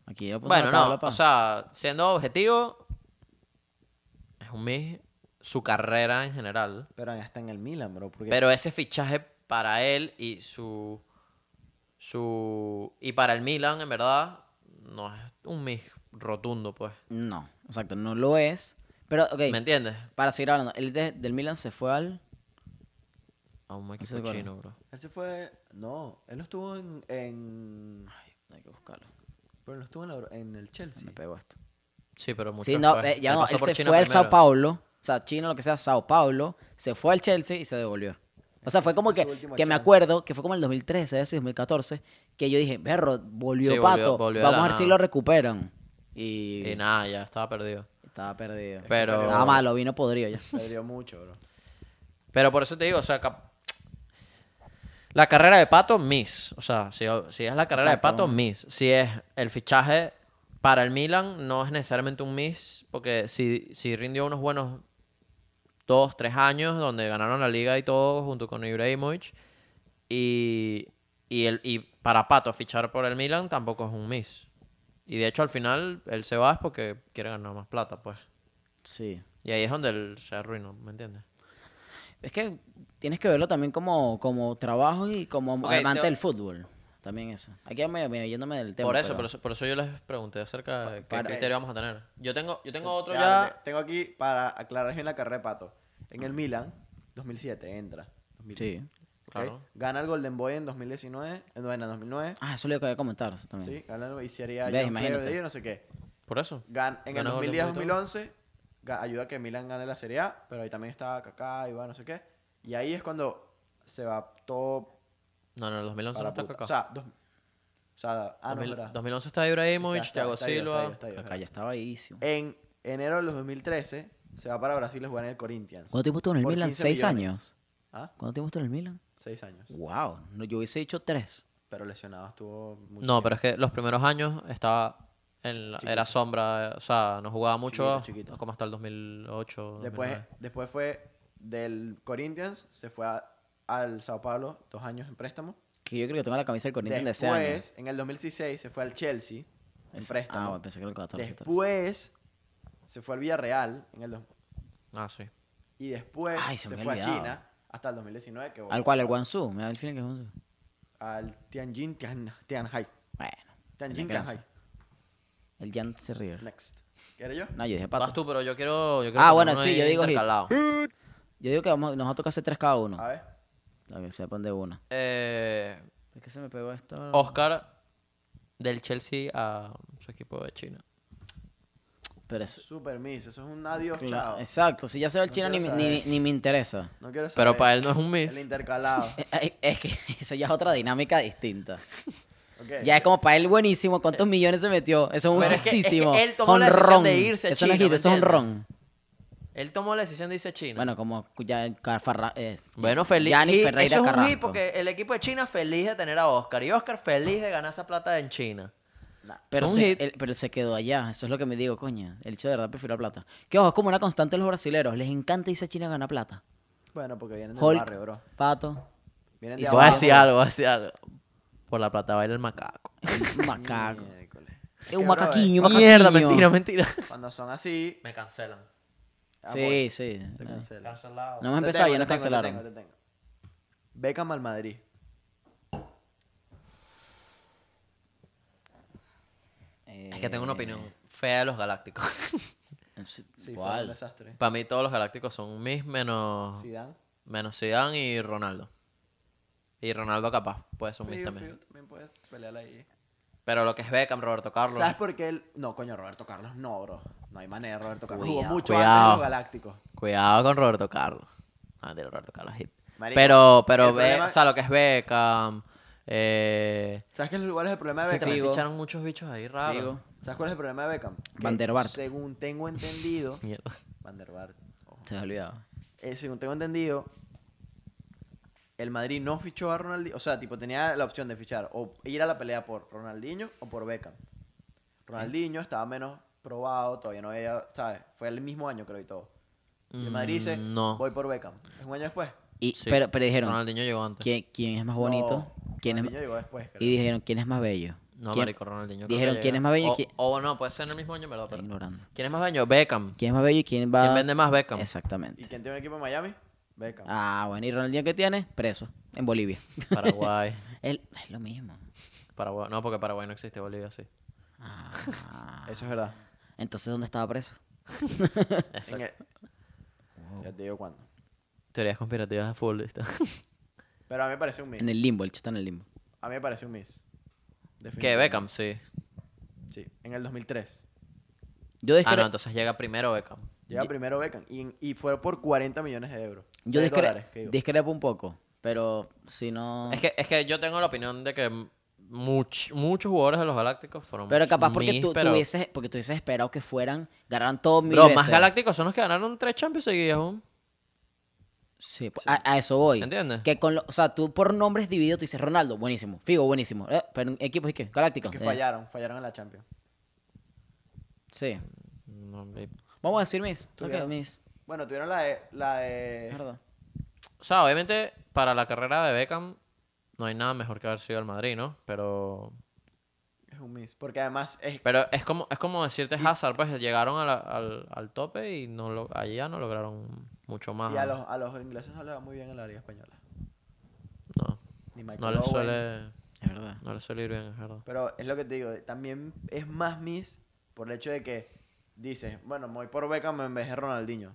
Speaker 2: Aquí yo puse
Speaker 1: Bueno,
Speaker 2: la tabla,
Speaker 1: no,
Speaker 2: pa.
Speaker 1: o sea, siendo objetivo, es un miss su carrera en general.
Speaker 3: Pero está en el Milan, bro. Porque
Speaker 1: Pero ese fichaje para él y su. su y para el Milan, en verdad, no es un miss rotundo, pues.
Speaker 2: No, exacto, no lo es. Pero, ok,
Speaker 1: ¿Me entiendes?
Speaker 2: para seguir hablando, el de- del Milan se fue al.
Speaker 1: A un equipo
Speaker 2: acuerda.
Speaker 1: chino, bro.
Speaker 3: él se fue... No, él no estuvo en... en...
Speaker 2: Ay, hay que buscarlo.
Speaker 3: Pero no estuvo en, la- en el Chelsea.
Speaker 2: Me pego esto.
Speaker 1: Sí, pero mucho
Speaker 2: Sí, no,
Speaker 1: después.
Speaker 2: eh, ya
Speaker 1: Él
Speaker 2: no,
Speaker 1: pasó
Speaker 2: él
Speaker 1: por
Speaker 2: se
Speaker 1: China
Speaker 2: fue al Sao
Speaker 1: primero.
Speaker 2: Paulo, o sea, China, lo que sea, Sao Paulo, se fue al Chelsea y se devolvió. O sea, fue como
Speaker 3: fue
Speaker 2: que,
Speaker 3: su última
Speaker 2: que me
Speaker 3: chance.
Speaker 2: acuerdo, que fue como en el 2013, ese 2014, que yo dije, berro, volvió
Speaker 1: Sí, volvió-
Speaker 2: Pato,
Speaker 1: volvió de
Speaker 2: vamos
Speaker 1: la
Speaker 2: a ver si
Speaker 1: nada.
Speaker 2: lo recuperan. Y,
Speaker 1: Y nada, ya estaba perdido.
Speaker 2: estaba perdido.
Speaker 1: Pero-
Speaker 2: Estaba malo, vino podrido ya.
Speaker 3: Perdió mucho, bro.
Speaker 1: Pero por eso te digo, o sea, cap- la carrera de Pato, Miss. O sea, si, si es la carrera de
Speaker 2: Exacto.
Speaker 1: Pato, Miss. Si es el fichaje para el Milan, no es necesariamente un Miss, porque si, si rindió unos buenos dos, tres años, donde ganaron la liga y todo junto con Ibrahimovic, y, y, el, y para Pato fichar por el Milan tampoco es un Miss. Y de hecho al final él se va es porque quiere ganar más plata, pues.
Speaker 2: Sí.
Speaker 1: Y ahí es donde él se arruinó, ¿me entiendes?
Speaker 2: Es que tienes que verlo también como, como trabajo y como
Speaker 1: Ok,
Speaker 2: amante
Speaker 1: te-
Speaker 2: del fútbol. También eso. Aquí me, me- yéndome del tema.
Speaker 1: Por eso,
Speaker 2: pero-
Speaker 1: por eso, por eso yo les pregunté acerca de qué
Speaker 2: para-
Speaker 1: criterio vamos a tener. Yo tengo, yo tengo otro
Speaker 3: Ya,
Speaker 1: ya.
Speaker 3: te- Tengo aquí para aclarar bien la carrera de Pato. En el Milan, 2007, entra. 2000,
Speaker 2: Sí.
Speaker 3: ¿ok?
Speaker 1: Claro.
Speaker 3: Gana el Golden Boy en 2019, en eh, en 2009.
Speaker 2: Ah, eso lo que voy a comentar eso
Speaker 1: Ah.
Speaker 2: también.
Speaker 3: Sí, gana el- y sería
Speaker 2: Ves,
Speaker 3: Young Player of
Speaker 2: imagínate.
Speaker 3: the Year, no sé qué.
Speaker 1: Por eso.
Speaker 3: Gan- en el
Speaker 1: Gana Golden
Speaker 3: 2010-2011 ayuda a que Milan gane la Serie A, pero ahí también está Kaká, Iván, no sé qué. Y ahí es cuando se va todo
Speaker 1: No, no, el 2011
Speaker 3: para
Speaker 1: no está
Speaker 3: puta.
Speaker 1: Kaká.
Speaker 3: O sea, dos- o sea, ah, no,
Speaker 1: 2000
Speaker 3: verdad.
Speaker 1: 2011 está Ibrahimovic,
Speaker 3: Está- está-
Speaker 1: Thiago
Speaker 3: está ahí,
Speaker 1: Silva.
Speaker 3: está ahí, está ahí,
Speaker 2: Acá ya estaba ahísimo.
Speaker 3: En enero del 2013 se va para Brasil a jugar en el Corinthians.
Speaker 2: ¿Cuánto tiempo estuvo en el
Speaker 3: Por
Speaker 2: Milan?
Speaker 3: 15
Speaker 2: ¿Seis
Speaker 3: millones.
Speaker 2: años?
Speaker 3: ¿Ah?
Speaker 2: ¿Cuánto tiempo estuvo en el Milan?
Speaker 3: Seis años.
Speaker 2: Wow, no, yo hubiese dicho tres.
Speaker 3: Pero lesionado estuvo mucho
Speaker 1: No,
Speaker 3: tiempo.
Speaker 1: pero es que los primeros años estaba. en la- era sombra, o sea, no jugaba mucho
Speaker 3: Chiquito, chiquito.
Speaker 1: como hasta el 2008.
Speaker 3: Después,
Speaker 1: 2009.
Speaker 3: después fue del Corinthians, se fue a- al Sao Paulo, dos años en préstamo.
Speaker 2: Que yo creo que tengo la camisa del Corinthians de ese año.
Speaker 3: Después, en el 2016, se fue al Chelsea en
Speaker 2: Es-
Speaker 3: préstamo.
Speaker 2: Ah, bueno, pensé que era el 14. 13.
Speaker 3: después se fue al Villarreal en el dos-
Speaker 1: Ah, sí.
Speaker 3: y después
Speaker 2: Ay, se
Speaker 3: se,
Speaker 2: me había
Speaker 3: fue
Speaker 2: olvidado.
Speaker 3: a China hasta el 2019 que volvió
Speaker 2: ¿Al cual? ¿Al Guangzhou? Me da el feeling que es Guangzhou.
Speaker 3: al Tianjin Tian, Tianhai.
Speaker 2: Bueno,
Speaker 3: Tianjin
Speaker 2: tenía que
Speaker 3: Tianhai.
Speaker 2: el Yangtze River.
Speaker 3: Next. ¿Quieres yo?
Speaker 2: No, yo dije
Speaker 1: Vas
Speaker 2: pato.
Speaker 1: tú, pero yo quiero. Yo quiero
Speaker 2: Ah,
Speaker 1: poner
Speaker 2: bueno,
Speaker 1: uno
Speaker 2: sí,
Speaker 1: ahí
Speaker 2: yo digo hit.
Speaker 1: intercalado.
Speaker 3: Mm.
Speaker 2: Yo digo que vamos, nos va a tocar hacer tres cada uno.
Speaker 3: A ver.
Speaker 2: Para que sepan de una. Oh,
Speaker 1: Eh,
Speaker 2: Es que se me pegó esto.
Speaker 1: Oscar del Chelsea a su equipo de China.
Speaker 2: Pero es-
Speaker 3: Super miss. Eso es un adiós,
Speaker 2: Cla-
Speaker 3: chao.
Speaker 2: Exacto, si ya se va el
Speaker 3: No
Speaker 2: chino ni,
Speaker 3: quiero
Speaker 2: me- ni-
Speaker 3: saber.
Speaker 2: ni me interesa.
Speaker 3: No quiero saber.
Speaker 1: Pero para él no es un miss.
Speaker 3: El intercalado.
Speaker 2: Eh, eh, Es que eso ya es otra dinámica distinta.
Speaker 3: Ok.
Speaker 2: Ya es como para él buenísimo, ¿cuántos millones se metió? Eso es un
Speaker 1: Eh, Pero es que- es que
Speaker 2: hitsísimo.
Speaker 1: él tomó la decisión
Speaker 2: honrón.
Speaker 1: de irse a
Speaker 2: Eso no es
Speaker 1: China,
Speaker 2: hit,
Speaker 1: ¿me
Speaker 2: eso es un
Speaker 1: entiendes?
Speaker 2: ron.
Speaker 1: Él tomó la decisión de irse a China.
Speaker 2: Bueno, como ya el Carfarra, eh,
Speaker 1: Bueno, feliz.
Speaker 2: Gianni
Speaker 1: y
Speaker 2: Ferreira
Speaker 1: eso es un hit
Speaker 2: Carrasco.
Speaker 1: porque el equipo de China feliz de tener a Oscar. Y Oscar feliz de ganar esa plata en China.
Speaker 2: Pero,
Speaker 1: un
Speaker 2: se,
Speaker 1: hit.
Speaker 2: él- pero se quedó allá, eso es lo que me digo, coño. El hecho de verdad prefiero la plata. Que ojo, es como una constante de los brasileros. Les encanta irse a China a ganar plata.
Speaker 3: Bueno, porque vienen del
Speaker 2: Hulk,
Speaker 3: barrio, bro.
Speaker 2: Pato,
Speaker 3: Vienen
Speaker 2: Y
Speaker 3: de
Speaker 2: se
Speaker 1: Voy a
Speaker 2: va
Speaker 3: abajo.
Speaker 1: decir algo, voy a decir algo. Por la plata baila el macaco.
Speaker 2: Macaco.
Speaker 3: Miércoles. Es
Speaker 2: Es
Speaker 3: que,
Speaker 2: un
Speaker 3: bro, eh,
Speaker 2: macaquiño, un
Speaker 1: Mierda,
Speaker 2: macaquiño.
Speaker 1: mentira, mentira.
Speaker 3: Cuando son así.
Speaker 1: Me cancelan.
Speaker 3: ah,
Speaker 2: Sí,
Speaker 3: voy,
Speaker 2: sí.
Speaker 3: Te cancelan.
Speaker 1: Cancelado.
Speaker 2: No hemos
Speaker 3: Te
Speaker 2: empezado,
Speaker 3: tengo,
Speaker 2: ya nos
Speaker 3: te tengo, te
Speaker 2: cancelaron.
Speaker 3: tengo, te tengo. Beckham al Madrid.
Speaker 2: Eh,
Speaker 1: Es que tengo una opinión fea de los galácticos.
Speaker 2: Sí,
Speaker 3: Sí, fue un
Speaker 2: ¿Cuál?
Speaker 3: desastre.
Speaker 1: Para mí todos los galácticos son mis menos
Speaker 3: Zidane.
Speaker 1: menos Zidane y Ronaldo. Y Ronaldo capaz puede ser un mis
Speaker 3: Figo,
Speaker 1: también.
Speaker 3: Figo, también puedes pelear ahí.
Speaker 1: Pero lo que es Beckham, Roberto Carlos.
Speaker 3: ¿Sabes por qué él? No, coño, Roberto Carlos no, bro. No hay manera de Roberto Carlos. Jugó
Speaker 2: Cuidado,
Speaker 3: mucho antes de
Speaker 1: cuidado.
Speaker 3: los Galácticos.
Speaker 1: Cuidado con Roberto Carlos. Ah, mentira, Roberto Carlos hit.
Speaker 3: Marico,
Speaker 1: pero,
Speaker 3: el
Speaker 1: pero, ve-
Speaker 3: problema-
Speaker 1: o sea, lo que es Beckham. Eh,
Speaker 3: ¿Sabes qué es el- cuál es el problema de
Speaker 1: que
Speaker 3: Beckham?
Speaker 1: también
Speaker 2: Figo.
Speaker 1: ficharon muchos bichos ahí raros.
Speaker 2: Figo.
Speaker 3: ¿Sabes cuál es el problema de Beckham? Que,
Speaker 2: Van der Vaart.
Speaker 3: Según tengo entendido.
Speaker 1: Mierda.
Speaker 3: Van der Vaart. ojo.
Speaker 2: Se me ha olvidado.
Speaker 3: Eh, según tengo entendido, el Madrid no fichó a Ronaldinho. O sea, tipo, tenía la opción de fichar o ir a la pelea por Ronaldinho o por Beckham. Ronaldinho estaba menos probado, todavía no había, ¿sabes? Fue el mismo año, creo, y todo. Y el Madrid dice,
Speaker 1: Mm, no.
Speaker 3: voy por Beckham. Es un año después.
Speaker 2: Y,
Speaker 1: Sí.
Speaker 2: pero, pero dijeron,
Speaker 1: Ronaldinho llegó antes.
Speaker 2: ¿quién, quién es más bonito?
Speaker 3: No,
Speaker 2: ¿Quién es,
Speaker 3: Ronaldinho llegó después, creo.
Speaker 2: y dijeron, ¿quién es más bello?
Speaker 1: No,
Speaker 2: ¿Quién-
Speaker 1: marico, Ronaldinho. creo que
Speaker 2: Dijeron,
Speaker 1: llega.
Speaker 2: ¿quién es más bello? y
Speaker 1: O,
Speaker 2: quién-
Speaker 1: o no, puede ser en el mismo año, en ¿verdad?
Speaker 2: Estoy
Speaker 1: Pero...
Speaker 2: ignorando.
Speaker 1: ¿Quién es más bello? Beckham.
Speaker 2: ¿Quién es más bello y quién va...?
Speaker 1: ¿Quién vende más Beckham?
Speaker 3: ¿Y
Speaker 2: Exactamente.
Speaker 3: quién tiene un equipo en Miami? Beckham.
Speaker 2: Ah, bueno, ¿y Ronaldinho qué tiene? Preso, en Bolivia.
Speaker 1: Paraguay.
Speaker 2: Él, es lo mismo.
Speaker 1: Paraguay. No, porque Paraguay no existe, Bolivia sí.
Speaker 2: Ah,
Speaker 3: Eso es verdad.
Speaker 2: entonces, ¿dónde estaba preso?
Speaker 3: En el- Ya te digo cuándo.
Speaker 1: Teorías conspirativas a full. ¿viste?
Speaker 3: Pero a mí me parece un miss.
Speaker 2: En el limbo, el chico está en el limbo.
Speaker 3: A mí me parece un miss.
Speaker 1: que
Speaker 3: Definitivamente.
Speaker 1: Beckham, sí.
Speaker 3: Sí, en el 2003.
Speaker 2: Yo,
Speaker 1: Ah,
Speaker 2: descre-
Speaker 1: no, entonces llega primero Beckham.
Speaker 3: Llega primero Beckham y, y fue por 40 millones de euros.
Speaker 2: yo
Speaker 3: De
Speaker 2: discre-
Speaker 3: dólares, que digo.
Speaker 2: discrepo un poco, pero si no...
Speaker 1: Es que, es que yo tengo la opinión de que much- muchos jugadores de los Galácticos fueron
Speaker 2: Pero capaz porque
Speaker 1: mis,
Speaker 2: tú, tú
Speaker 1: pero-
Speaker 2: hubieses- porque tú hubieses esperado que fueran, ganaran todos mil
Speaker 1: Bro,
Speaker 2: veces.
Speaker 1: más Galácticos son los que ganaron tres Champions seguidas, ¿no?
Speaker 2: Sí, pues, A, a eso voy.
Speaker 1: ¿Entiendes?
Speaker 2: Que con lo- o sea, tú por nombres divididos tú dices Ronaldo, buenísimo. Figo, buenísimo. Eh, pero en equipos y qué? Galáctico.
Speaker 3: Que
Speaker 2: eh,
Speaker 3: fallaron, fallaron en la Champions.
Speaker 2: sí.
Speaker 1: No, y-
Speaker 2: Vamos a decir mis. Ok,
Speaker 3: Tuvieron-
Speaker 2: mis.
Speaker 3: Bueno, tuvieron la de... La de...
Speaker 2: Mierda.
Speaker 1: O sea, obviamente, para la carrera de Beckham no hay nada mejor que haber sido al Madrid, ¿no? Pero...
Speaker 3: Es un miss. Porque además es...
Speaker 1: Pero es como, es como decirte Hazard, pues llegaron a la- al, al tope y no lo, allá no lograron mucho más.
Speaker 3: Y a los, a los ingleses no les va muy bien en la liga española.
Speaker 1: No,
Speaker 3: Ni Michael
Speaker 1: no les
Speaker 3: Owen.
Speaker 1: suele,
Speaker 2: Es verdad.
Speaker 1: no les suele ir bien, es verdad.
Speaker 3: Pero es lo que te digo, también es más miss por el hecho de que dices, bueno, me voy por Beckham en vez de Ronaldinho.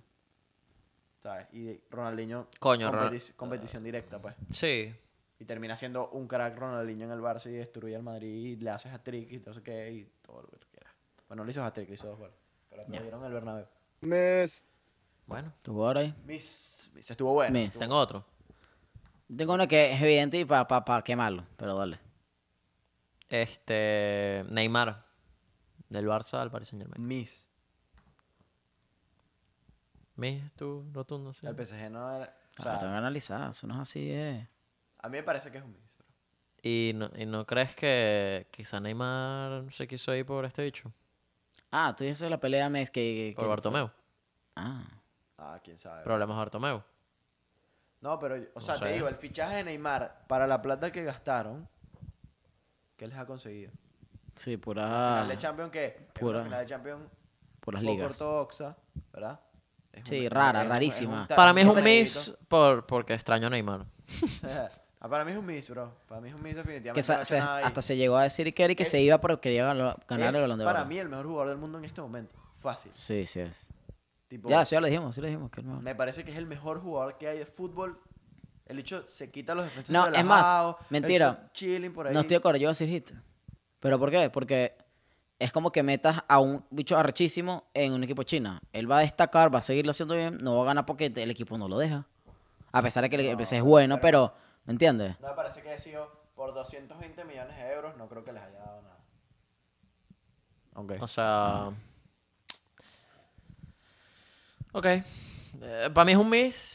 Speaker 3: ¿Sabes? Y Ronaldinho.
Speaker 1: Coño, Ron-
Speaker 3: competi- competición directa, pues.
Speaker 1: Sí,
Speaker 3: Y termina siendo un crack Ronaldinho en el Barça y destruye al Madrid y le haces a Trick y todo eso que y todo lo que quieras. Bueno, no le hizo a Trick, le hizo dos goles. Pero lo dieron el Bernabéu.
Speaker 1: bueno.
Speaker 2: ¿Tu jugador ahí?
Speaker 3: Miss, miss, estuvo bueno.
Speaker 2: Miss.
Speaker 3: estuvo-
Speaker 1: Tengo otro.
Speaker 2: Tengo uno que es evidente y para pa, pa quemarlo, pero dale.
Speaker 1: Este, Neymar, del Barça al Paris Saint Germain.
Speaker 3: Miss.
Speaker 1: Mis, tú, rotundo, sí.
Speaker 3: El PSG no era. O
Speaker 2: Claro, tengo
Speaker 3: sea,
Speaker 2: que analizar, eso no es así, eh.
Speaker 3: a mí me parece que es un miss. bro.
Speaker 1: ¿Y no, ¿Y no crees que quizá Neymar se quiso ir por este bicho?
Speaker 2: Ah, tú dices la pelea mes que... que-
Speaker 1: Por Bartomeu.
Speaker 2: Ah.
Speaker 3: Ah, quién sabe.
Speaker 1: Problemas de Bartomeu.
Speaker 3: No, pero, o sea, te
Speaker 1: sé.
Speaker 3: digo, el fichaje de Neymar para la plata que gastaron, ¿qué les ha conseguido?
Speaker 2: Sí,
Speaker 3: La
Speaker 2: pura...
Speaker 3: Final de Champions que es
Speaker 2: Ah. Pura-
Speaker 3: una final de Champions
Speaker 2: Puras
Speaker 3: poco
Speaker 2: ligas.
Speaker 3: ortodoxa, ¿verdad? Es
Speaker 2: Sí,
Speaker 3: una-
Speaker 2: rara,
Speaker 3: es un- es
Speaker 2: rarísima.
Speaker 3: un ta-
Speaker 1: Para mí es
Speaker 3: un
Speaker 1: un miss
Speaker 3: mix.
Speaker 1: por, porque extraño a Neymar.
Speaker 3: Ah, para mí es un miss, bro. Para mí es un miss definitivamente.
Speaker 2: Que
Speaker 3: no ha
Speaker 2: se-
Speaker 3: hecho
Speaker 2: se-
Speaker 3: nada ahí.
Speaker 2: hasta se llegó a decir que, que
Speaker 3: Es-
Speaker 2: se iba porque quería galo- ganar
Speaker 3: Es,
Speaker 2: el balón de oro.
Speaker 3: Para mí el mejor jugador del mundo en este momento. Fácil.
Speaker 2: Sí, sí es.
Speaker 3: Tipo,
Speaker 2: Ya, sí, ya lo dijimos, sí lo dijimos. Que no.
Speaker 3: Me parece que es el mejor jugador que hay de fútbol. El hecho se quita los defensas
Speaker 2: No, es más,
Speaker 3: relajados, el
Speaker 2: mentira.
Speaker 3: hecho Chilling por ahí.
Speaker 2: no estoy de acuerdo, yo voy a decir hit. ¿Pero por qué? Porque es como que metas a un bicho arrechísimo en un equipo china. Él va a destacar, va a seguirlo haciendo bien, no va a ganar porque el equipo no lo deja. A pesar de que el el PC es bueno, pero... ¿Me entiendes?
Speaker 3: No me parece que haya sido por 220 millones de euros, no creo que les haya dado nada. Ok.
Speaker 1: O sea. Ok. Eh, para mí es un miss.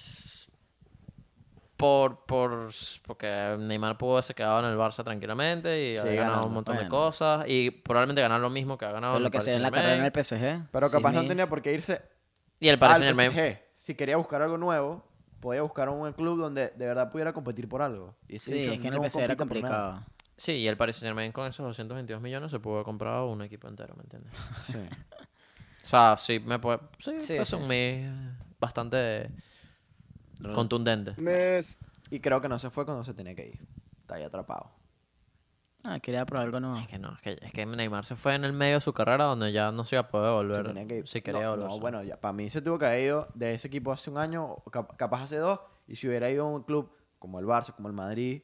Speaker 1: Por, por, porque Neymar pudo haberse quedado en el Barça tranquilamente y
Speaker 2: Sí,
Speaker 1: haber ganado un
Speaker 2: ganando,
Speaker 1: montón de
Speaker 2: bueno.
Speaker 1: cosas. Y probablemente ganar lo mismo que ha ganado
Speaker 2: Pero
Speaker 1: el
Speaker 2: lo que
Speaker 1: Paris
Speaker 2: sería en la carrera Ah,
Speaker 1: Saint-Germain.
Speaker 2: en el PSG.
Speaker 3: Pero
Speaker 2: sí,
Speaker 3: capaz no
Speaker 2: mis-
Speaker 3: tenía por qué irse
Speaker 1: Y el Paris
Speaker 3: al
Speaker 1: Saint Germain.
Speaker 3: PSG. Si quería buscar algo nuevo, podía buscar un buen club donde de verdad pudiera competir por algo. Y este
Speaker 2: Sí,
Speaker 3: bicho
Speaker 2: es que en el
Speaker 3: no
Speaker 2: PSG era
Speaker 3: compite por nada.
Speaker 2: complicado.
Speaker 1: Sí, y el Paris Saint Germain con esos 222 millones se pudo haber comprado un equipo entero, ¿me entiendes?
Speaker 3: Sí.
Speaker 1: O sea, sí, me puede. Sí,
Speaker 2: Sí,
Speaker 1: es
Speaker 2: sí.
Speaker 1: un miss bastante contundente.
Speaker 3: Y creo que no se fue cuando se tenía que ir. Está ahí atrapado.
Speaker 2: Ah, quería probar algo nuevo.
Speaker 1: Es que no, es que, es que Neymar se fue en el medio de su carrera donde ya no se iba a poder
Speaker 3: Se
Speaker 1: volver.
Speaker 3: tenía que ir.
Speaker 1: Si quería
Speaker 3: no,
Speaker 1: volver.
Speaker 3: no,
Speaker 1: sí.
Speaker 3: bueno, ya, para mí se tuvo que haber ido de ese equipo hace un año, o cap- capaz hace dos, y si hubiera ido a un club como el Barça, como el Madrid,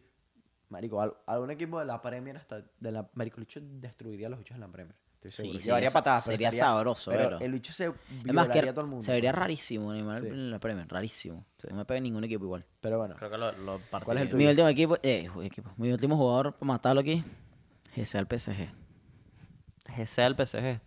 Speaker 3: marico, al- algún equipo de la Premier hasta de la marico, el bicho destruiría a los bichos de la Premier. Estoy seguro.
Speaker 2: sería
Speaker 3: Llevaría
Speaker 2: sa-
Speaker 3: patadas, pero
Speaker 2: sería
Speaker 3: estaría-
Speaker 2: sabroso,
Speaker 3: pero
Speaker 2: pero-
Speaker 3: el bicho se
Speaker 2: Es más que
Speaker 3: violaría a todo el mundo.
Speaker 2: se vería rarísimo Neymar
Speaker 3: Sí.
Speaker 2: en la Premier, rarísimo. No me pega ningún equipo igual.
Speaker 3: Pero bueno,
Speaker 1: Creo que lo, lo
Speaker 3: ¿cuál es el
Speaker 1: partiría.
Speaker 2: Mi
Speaker 3: tuyo?
Speaker 2: último equipo, eh, ju- equipo, mi último jugador para matarlo aquí, ese al PSG.
Speaker 1: GC al PSG.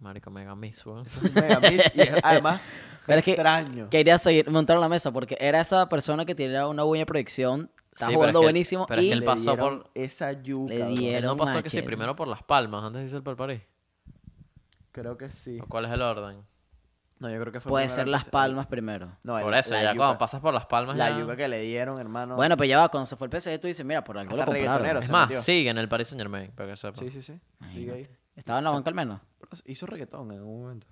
Speaker 1: Marico, mega miss, weón.
Speaker 3: Mega miss, y es- además,
Speaker 2: Pero es que
Speaker 3: extraño.
Speaker 2: quería seguir montar la mesa porque era esa persona que tenía una buena proyección, estaba
Speaker 1: Sí, pero
Speaker 2: jugando
Speaker 1: es que-
Speaker 2: buenísimo
Speaker 1: pero es
Speaker 2: y
Speaker 1: que él
Speaker 3: Le
Speaker 1: pasó
Speaker 3: dieron
Speaker 1: por-
Speaker 3: esa yuca.
Speaker 2: le
Speaker 3: bro.
Speaker 2: dieron-
Speaker 1: Él no pasó que sí,
Speaker 2: machete.
Speaker 1: primero por Las Palmas, antes dice el por París.
Speaker 3: Creo que sí.
Speaker 1: ¿O ¿Cuál es el orden?
Speaker 3: No, yo creo que fue
Speaker 2: puede
Speaker 3: primero
Speaker 2: ser
Speaker 3: el
Speaker 2: Las
Speaker 3: PC.
Speaker 2: Palmas primero.
Speaker 3: No, el-
Speaker 1: por eso,
Speaker 3: la
Speaker 1: ya
Speaker 3: yuca-
Speaker 1: cuando pasas por Las Palmas.
Speaker 3: La
Speaker 1: ya-
Speaker 3: yuca que le dieron, hermano.
Speaker 2: Bueno, pero ya va, cuando se fue el PSG tú dices, mira, por algo lo
Speaker 3: Hasta
Speaker 2: compraron.
Speaker 3: reggaetonero
Speaker 1: Es
Speaker 3: se
Speaker 1: más,
Speaker 3: metió.
Speaker 1: sigue en el Paris Saint Germain, para que sepa.
Speaker 3: Sí, sí, sí. Sigue ahí.
Speaker 2: Estaba en la banca al menos.
Speaker 3: Hizo reggaetón en un momento.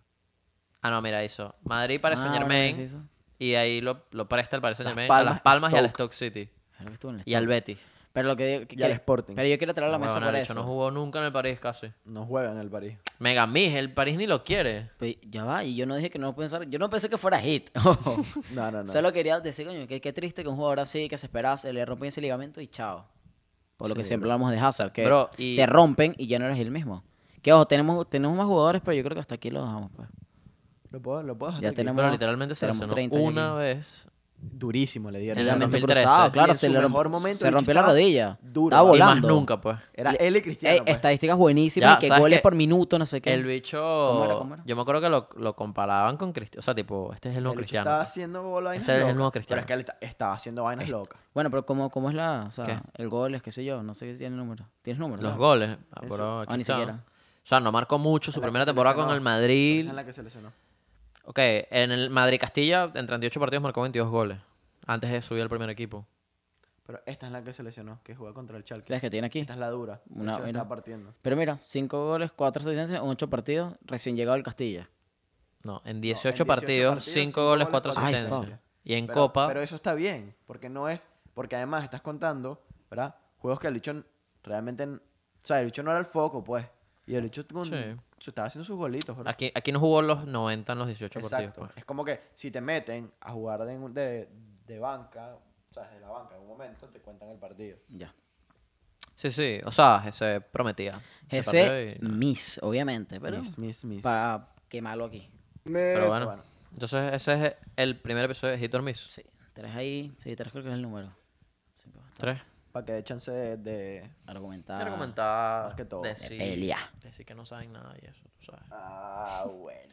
Speaker 1: Ah, no, mira, hizo Madrid, Paris
Speaker 2: Ah,
Speaker 1: Saint
Speaker 2: ahora que
Speaker 1: Germain.
Speaker 2: se hizo.
Speaker 1: y de ahí lo, lo presta el Paris Saint Germain a
Speaker 3: Palmas,
Speaker 1: Las Palmas y al Stoke City.
Speaker 2: Ahora que estuvo en el
Speaker 1: Y al Betis.
Speaker 2: Pero lo que digo, que-
Speaker 3: Y al
Speaker 2: que-
Speaker 3: Sporting.
Speaker 2: Pero yo quiero traer a la
Speaker 1: Huevón,
Speaker 2: mesa
Speaker 1: el
Speaker 2: por
Speaker 1: bicho
Speaker 2: eso.
Speaker 1: no jugó nunca en el París casi.
Speaker 3: No juega en el París.
Speaker 1: Mega Miss, el París ni lo quiere.
Speaker 2: Pe- Pues, ya va, y yo no dije que no pensar, yo no pensé que fuera hit.
Speaker 3: No, no, no.
Speaker 2: Solo quería decir, coño, que qué triste que un jugador así que se espera, se le rompen ese ligamento y chao. Por lo que siempre hablamos de Hazard, que
Speaker 1: Bro, y-
Speaker 2: te rompen y ya no eres el mismo. Que ojo, tenemos, tenemos más jugadores, pero yo creo que hasta aquí lo dejamos. Pues.
Speaker 3: Lo puedo, lo puedo dejar
Speaker 2: Ya
Speaker 3: hasta aquí.
Speaker 2: tenemos-
Speaker 1: Pero literalmente se
Speaker 2: tenemos
Speaker 1: lesionó
Speaker 2: 30 ya
Speaker 1: una
Speaker 2: aquí.
Speaker 1: vez.
Speaker 3: Durísimo le dieron.
Speaker 1: En el
Speaker 3: Ligamento
Speaker 1: 2013.
Speaker 2: cruzado, claro,
Speaker 3: Y en
Speaker 2: se,
Speaker 3: su
Speaker 2: le romp-
Speaker 3: mejor momento,
Speaker 2: se
Speaker 3: el bicho
Speaker 2: rompió la
Speaker 3: estaba
Speaker 2: rodilla.
Speaker 3: duro.
Speaker 2: Estaba
Speaker 1: Y más
Speaker 2: Ah, volando.
Speaker 1: nunca, pues.
Speaker 3: Era él y Cristiano.
Speaker 2: Ey,
Speaker 3: pues.
Speaker 2: estadísticas buenísimas,
Speaker 1: Ya,
Speaker 2: y que
Speaker 1: ¿sabes
Speaker 2: goles
Speaker 1: qué?
Speaker 2: por minuto, no sé qué.
Speaker 1: El bicho.
Speaker 2: era, cómo era?
Speaker 1: Yo me acuerdo que lo, lo comparaban con Cristiano. O sea, tipo, este es el nuevo
Speaker 3: El bicho
Speaker 1: Cristiano.
Speaker 3: Estaba
Speaker 1: pues.
Speaker 3: haciendo vainas
Speaker 1: Este es el
Speaker 3: locas.
Speaker 1: nuevo Cristiano. Este.
Speaker 3: Pero es que él está- estaba haciendo vainas locas.
Speaker 2: Bueno, pero ¿cómo, cómo es la, o sea,
Speaker 1: ¿Qué?
Speaker 2: el gol, es qué sé yo, no sé si tiene número. ¿Tienes número?
Speaker 1: Los
Speaker 2: no?
Speaker 1: goles. Ah,
Speaker 3: Eso.
Speaker 1: pero aquí
Speaker 2: Ah, ni
Speaker 1: está.
Speaker 2: siquiera.
Speaker 1: O sea, no marcó mucho su
Speaker 3: En la que
Speaker 1: primera
Speaker 3: se
Speaker 1: temporada con
Speaker 3: lesionó.
Speaker 1: el Madrid.
Speaker 3: Esa es la que se lesionó.
Speaker 1: Ok, en el Madrid-Castilla, en 38 partidos marcó 22 goles. Antes de subir al primer equipo.
Speaker 3: Pero esta es la que se lesionó, que jugó contra el Chalke.
Speaker 2: ¿Las que tiene aquí?
Speaker 3: Esta es la dura. De
Speaker 2: Una-
Speaker 3: hecho,
Speaker 2: mira.
Speaker 3: está partiendo.
Speaker 2: Pero mira, 5 goles, 4 asistencias, 8 partidos, recién llegado al Castilla.
Speaker 1: No, en 18,
Speaker 3: 18
Speaker 1: partidos,
Speaker 3: partidos,
Speaker 1: 5
Speaker 3: cinco
Speaker 1: goles,
Speaker 3: goles,
Speaker 1: 4
Speaker 3: cuatro
Speaker 1: asistencias.
Speaker 3: asistencias.
Speaker 1: Y en
Speaker 3: Pero-
Speaker 1: Copa,
Speaker 3: Pero eso está bien, porque no es. Porque además estás contando, ¿verdad? Juegos que el Lucho realmente. n- O sea, el Lucho no era el foco, pues. Y el Lucho con-
Speaker 1: Sí.
Speaker 3: se estaba haciendo sus golitos, bro.
Speaker 1: aquí, aquí no jugó los 90 en los 18 partidos.
Speaker 3: Exacto.
Speaker 1: pues.
Speaker 3: Es como que si te meten a jugar de, de, de banca, o sea, de la banca en un momento, te cuentan el partido.
Speaker 2: Ya.
Speaker 1: Sí, sí. O sea, ese prometía. Ese partido
Speaker 2: Ese,
Speaker 1: y-
Speaker 2: Miss, obviamente, pero
Speaker 3: Miss, miss, miss.
Speaker 2: para quemarlo aquí.
Speaker 1: Pero
Speaker 3: Eso,
Speaker 1: bueno. Entonces, ese es el primer episodio de Hit or Miss.
Speaker 2: Sí, 3 ahí, sí, 3 creo que es el número. Cinco,
Speaker 1: Tres.
Speaker 3: Para que dé chance de, de-
Speaker 2: Argumentar.
Speaker 1: Quiero comentar.
Speaker 3: más que todo.
Speaker 1: Decir,
Speaker 2: pelea.
Speaker 1: decir que no saben nada y eso, tú sabes.
Speaker 3: Ah, bueno.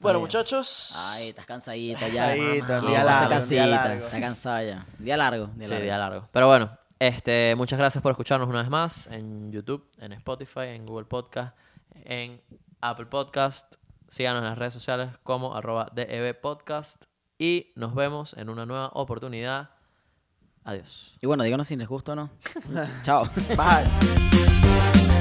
Speaker 3: Bueno, muchachos.
Speaker 2: Ay, estás cansadita ya.
Speaker 3: Cansadita,
Speaker 2: mamá.
Speaker 3: un
Speaker 1: día
Speaker 2: Vamos a hacer
Speaker 1: largo,
Speaker 3: un día
Speaker 2: casita,
Speaker 3: largo.
Speaker 2: Está cansada ya. Día largo. Día
Speaker 1: Sí,
Speaker 2: largo.
Speaker 1: día largo. Pero bueno, este, muchas gracias por escucharnos una vez más en YouTube, en Spotify, en Google Podcast, en Apple Podcast. Síganos en las redes sociales como arroba DEB Podcast. Y nos vemos en una nueva oportunidad. Adiós.
Speaker 2: Y bueno, díganos si les gusta o no. Chao.
Speaker 3: Bye.